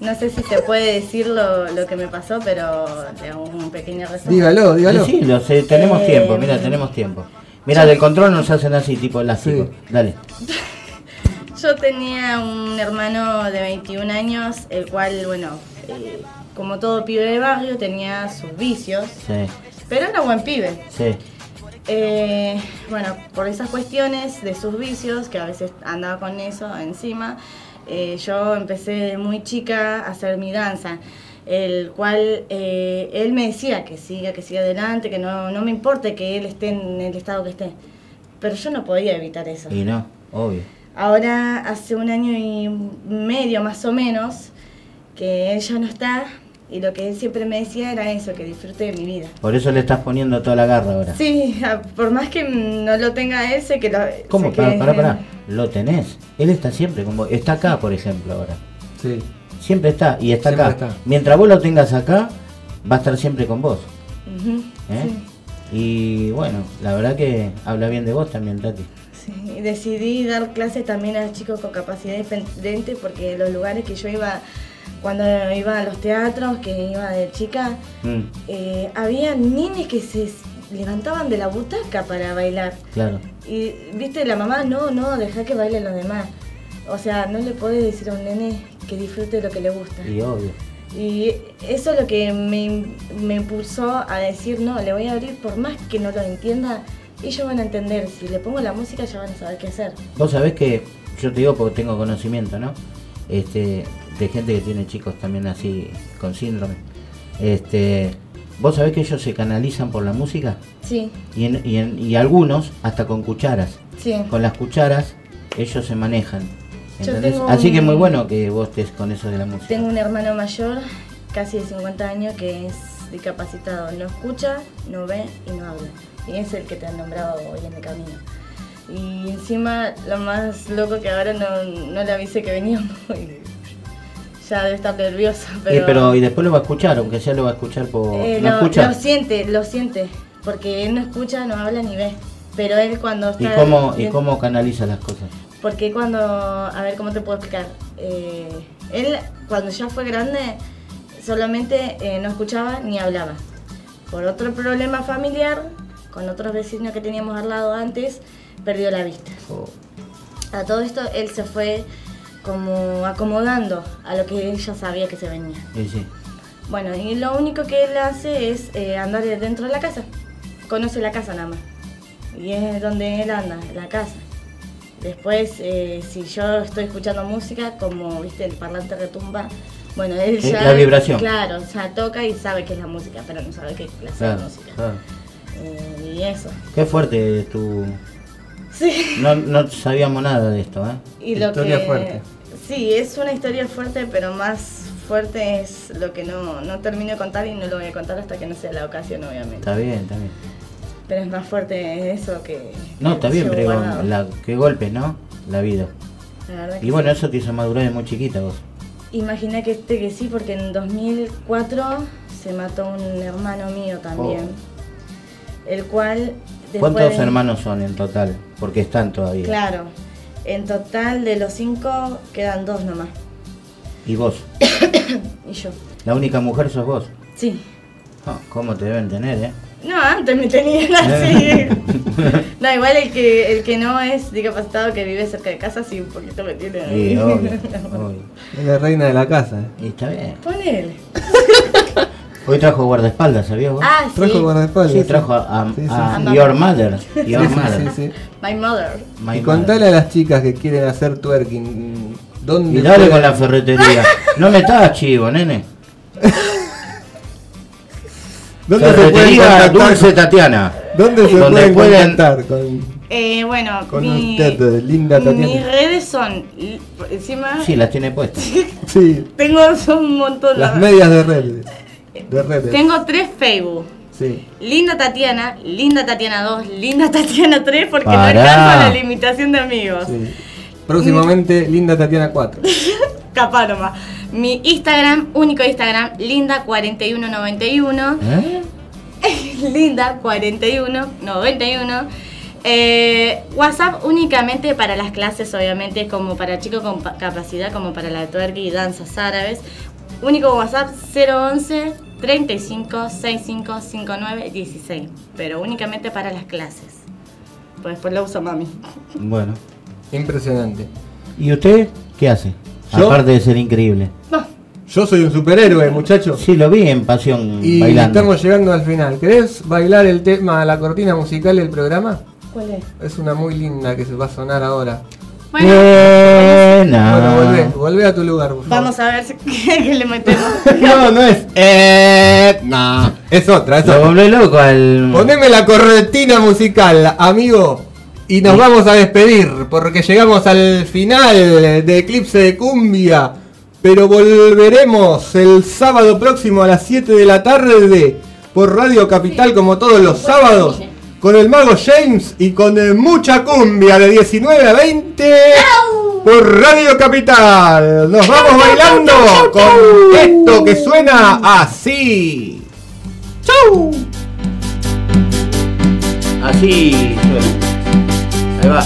Speaker 5: No sé si se puede decir lo, lo que me pasó, pero le hago un pequeño resumen.
Speaker 1: Dígalo, dígalo.
Speaker 2: Sí, lo sé, tenemos
Speaker 5: Eh,
Speaker 2: tiempo, mira, tenemos tiempo. Mira, del control nos hacen así, tipo elástico.
Speaker 1: Sí.
Speaker 2: Dale.
Speaker 5: Yo tenía un hermano de 21 años, el cual, bueno, eh, como todo pibe de barrio, tenía sus vicios,
Speaker 2: Sí,
Speaker 5: pero era buen pibe.
Speaker 2: sí.
Speaker 5: Eh, bueno, por esas cuestiones de sus vicios, que a veces andaba con eso encima, eh, yo empecé de muy chica a hacer mi danza, el cual eh, él me decía que siga, que siga adelante, que no, no me importe que él esté en el estado que esté, pero yo no podía evitar eso.
Speaker 2: Y no, obvio.
Speaker 5: Ahora hace un año y medio más o menos que él ya no está y lo que él siempre me decía era eso, que disfrute de mi vida.
Speaker 2: Por eso le estás poniendo toda la garra ahora.
Speaker 5: Sí, a- por más que no lo tenga él, sé que lo...
Speaker 2: ¿Cómo?
Speaker 5: sé
Speaker 2: Pará,
Speaker 5: que-
Speaker 2: pará, pará. Lo tenés. Él está siempre como. Está acá, por ejemplo, ahora.
Speaker 1: Sí.
Speaker 2: Siempre está y está
Speaker 1: Siempre
Speaker 2: acá.
Speaker 1: está.
Speaker 2: Mientras vos lo tengas acá, va a estar siempre con vos.
Speaker 5: Ujú,
Speaker 2: ¿eh? Y bueno, la verdad que habla bien de vos también, Tati.
Speaker 5: sí. Y decidí dar clases también a chicos con capacidad diferente porque los lugares que yo iba, cuando iba a los teatros, que iba de chica,
Speaker 2: Mm,
Speaker 5: eh, había niños que se s- levantaban de la butaca para bailar.
Speaker 2: claro.
Speaker 5: Y viste, la mamá, no, no, deja que bailen los demás. O sea, no le podés decir a un nene que disfrute lo que le gusta.
Speaker 2: Y obvio.
Speaker 5: Y eso es lo que me, me impulsó a decir, no, le voy a abrir por más que no lo entienda. Ellos van a entender, si le pongo la música ya van a saber qué hacer.
Speaker 2: Vos sabés que yo te digo porque tengo conocimiento, ¿no? Este, de gente que tiene chicos también así con síndrome. Este, vos sabés que ellos se canalizan por la música
Speaker 5: Sí,
Speaker 2: y, en- y en- y algunos hasta con cucharas.
Speaker 5: sí.
Speaker 2: Con las cucharas ellos se manejan.
Speaker 5: Yo
Speaker 2: ¿entendés?
Speaker 5: tengo
Speaker 2: Así que
Speaker 5: un-
Speaker 2: muy bueno que vos estés con eso de la música.
Speaker 5: Tengo un hermano mayor, casi de 50 años, que es discapacitado. No escucha, no ve y no habla. Y es el que te han nombrado hoy en el camino. Y encima, lo más loco que ahora no, no le avisé que veníamos. y ya debe estar nervioso,
Speaker 2: Eh, pero... y después lo va a escuchar, aunque sea lo va a escuchar por...
Speaker 5: Eh,
Speaker 2: ¿No
Speaker 5: lo,
Speaker 2: escucha?
Speaker 5: lo siente, lo siente, porque él no escucha, no habla ni ve. Pero él cuando
Speaker 2: ¿Y
Speaker 5: está...
Speaker 2: cómo, ¿Y
Speaker 5: bien-
Speaker 2: cómo canaliza las cosas?
Speaker 5: Porque cuando... A ver, ¿cómo te puedo explicar? Eh, él cuando ya fue grande solamente eh, no escuchaba ni hablaba. Por otro problema familiar, con otros vecinos que teníamos al lado antes, perdió la vista.
Speaker 2: O-
Speaker 5: A todo esto él se fue como acomodando a lo que él ya sabía que se venía.
Speaker 2: y sí.
Speaker 5: Bueno, y lo único que él hace es eh, andar dentro de la casa. Conoce la casa nada más. Y es donde él anda, en la casa. Después, eh, si yo estoy escuchando música, como viste, el parlante retumba. Bueno, él
Speaker 2: Sí,
Speaker 5: ya.
Speaker 2: la vibración.
Speaker 5: Claro, ya toca y sabe que es la música, pero no sabe qué clase
Speaker 2: Claro,
Speaker 5: de música.
Speaker 2: claro.
Speaker 5: Eh, y eso.
Speaker 2: Qué fuerte tu...
Speaker 5: Sí.
Speaker 2: No, no sabíamos nada de esto, ¿eh?
Speaker 5: Y lo
Speaker 1: Historia
Speaker 5: que-
Speaker 1: fuerte.
Speaker 5: Sí, es una historia fuerte, pero más fuerte es lo que no, no termino de contar y no lo voy a contar hasta que no sea la ocasión, obviamente.
Speaker 2: Está bien, está bien.
Speaker 5: Pero es más fuerte eso que.
Speaker 2: No, está
Speaker 5: que
Speaker 2: bien,
Speaker 5: llevo
Speaker 2: pero
Speaker 5: guardado.
Speaker 2: la, qué golpes, ¿no? La vida.
Speaker 5: La verdad que
Speaker 2: Y bueno, eso te hizo madurar de muy chiquita vos.
Speaker 5: sí. Imagina que este que sí, porque en 2004 se mató un hermano mío también. El cual. después
Speaker 2: Oh. ¿Cuántos
Speaker 5: de-
Speaker 2: hermanos son en total? Porque están todavía.
Speaker 5: Claro. En total de los cinco quedan dos nomás.
Speaker 2: Y vos,
Speaker 5: Y yo.
Speaker 2: la única mujer sos vos.
Speaker 5: Sí.
Speaker 2: Ah, ¿Cómo te deben tener, eh?
Speaker 5: No, antes me tenían así. no, igual el que, el que no es discapacitado que vive cerca de casa, sí, un poquito me tiene.
Speaker 2: Sí, obvio, obvio.
Speaker 1: Es la reina de la casa. eh.
Speaker 2: Y está bien.
Speaker 5: Ponele.
Speaker 2: Hoy trajo guardaespaldas, ¿sabías vos?
Speaker 5: Ah, sí.
Speaker 1: Trajo guardaespaldas.
Speaker 2: sí, trajo a, a-
Speaker 1: Sí, sí,
Speaker 2: a
Speaker 1: sí.
Speaker 2: Your Mother. Your
Speaker 1: Sí, sí,
Speaker 2: Mother.
Speaker 1: sí, sí.
Speaker 5: My mother.
Speaker 2: My
Speaker 1: Y
Speaker 2: mother.
Speaker 1: contale a las chicas que quieren hacer twerking. ¿Dónde
Speaker 2: Y dale
Speaker 1: pueden-
Speaker 2: con la ferretería. No me estás chivo, nene.
Speaker 1: ¿Dónde se pueden
Speaker 2: Ferretería
Speaker 1: contactar?
Speaker 2: Dulce Tatiana.
Speaker 1: ¿Dónde se
Speaker 2: donde
Speaker 1: pueden,
Speaker 2: pueden-
Speaker 1: contactar con,
Speaker 5: Eh, bueno,
Speaker 1: con usted, linda Tatiana?
Speaker 5: mis redes son, y- encima,
Speaker 2: Sí, las tiene puestas.
Speaker 1: Sí,
Speaker 5: tengo son un montón.
Speaker 1: las
Speaker 5: la-
Speaker 1: medias de redes. De redes.
Speaker 5: tengo tres Facebook.
Speaker 1: Sí.
Speaker 5: Linda Tatiana, Linda Tatiana 2, Linda Tatiana 3, porque no
Speaker 2: Pará.
Speaker 5: alcanza la limitación de amigos.
Speaker 1: Sí. Próximamente, Linda Tatiana 4.
Speaker 5: Capaz nomás. Mi Instagram, único Instagram, Linda4191.
Speaker 2: ¿Eh?
Speaker 5: linda 41 91. Eh, WhatsApp únicamente para las clases, obviamente, como para chicos con pa- capacidad, como para la tuerca y danzas árabes. Único WhatsApp 011 35 65 59 16, pero únicamente para las clases. Pues después lo uso mami.
Speaker 2: Bueno.
Speaker 1: Impresionante.
Speaker 2: ¿Y usted qué hace?
Speaker 1: ¿Yo?
Speaker 2: Aparte de ser increíble.
Speaker 5: No.
Speaker 1: Yo soy un superhéroe, muchacho.
Speaker 2: Sí, lo vi en Pasión
Speaker 1: Y
Speaker 2: bailando.
Speaker 1: estamos llegando al final. ¿Querés bailar el tema, la cortina musical del programa?
Speaker 5: ¿Cuál es?
Speaker 1: Es una muy linda que se va a sonar ahora.
Speaker 2: Buena.
Speaker 1: Bueno, volvé, volvé a tu lugar, por favor.
Speaker 5: Vamos a ver si- qué le metemos.
Speaker 1: No, no es. Eh, no. Es otra, es
Speaker 2: Lo
Speaker 1: otra.
Speaker 2: volvé loco al.
Speaker 1: Poneme la cortina musical, amigo. Y nos vamos a despedir porque llegamos al final de Eclipse de Cumbia. Pero volveremos el sábado próximo a las 7 de la tarde por Radio Capital como todos los sábados con el mago James y con eh, mucha cumbia de 19 a 20 por Radio Capital. Nos vamos bailando con esto que suena así. ¡Chau!
Speaker 2: Así suena. Ahí va.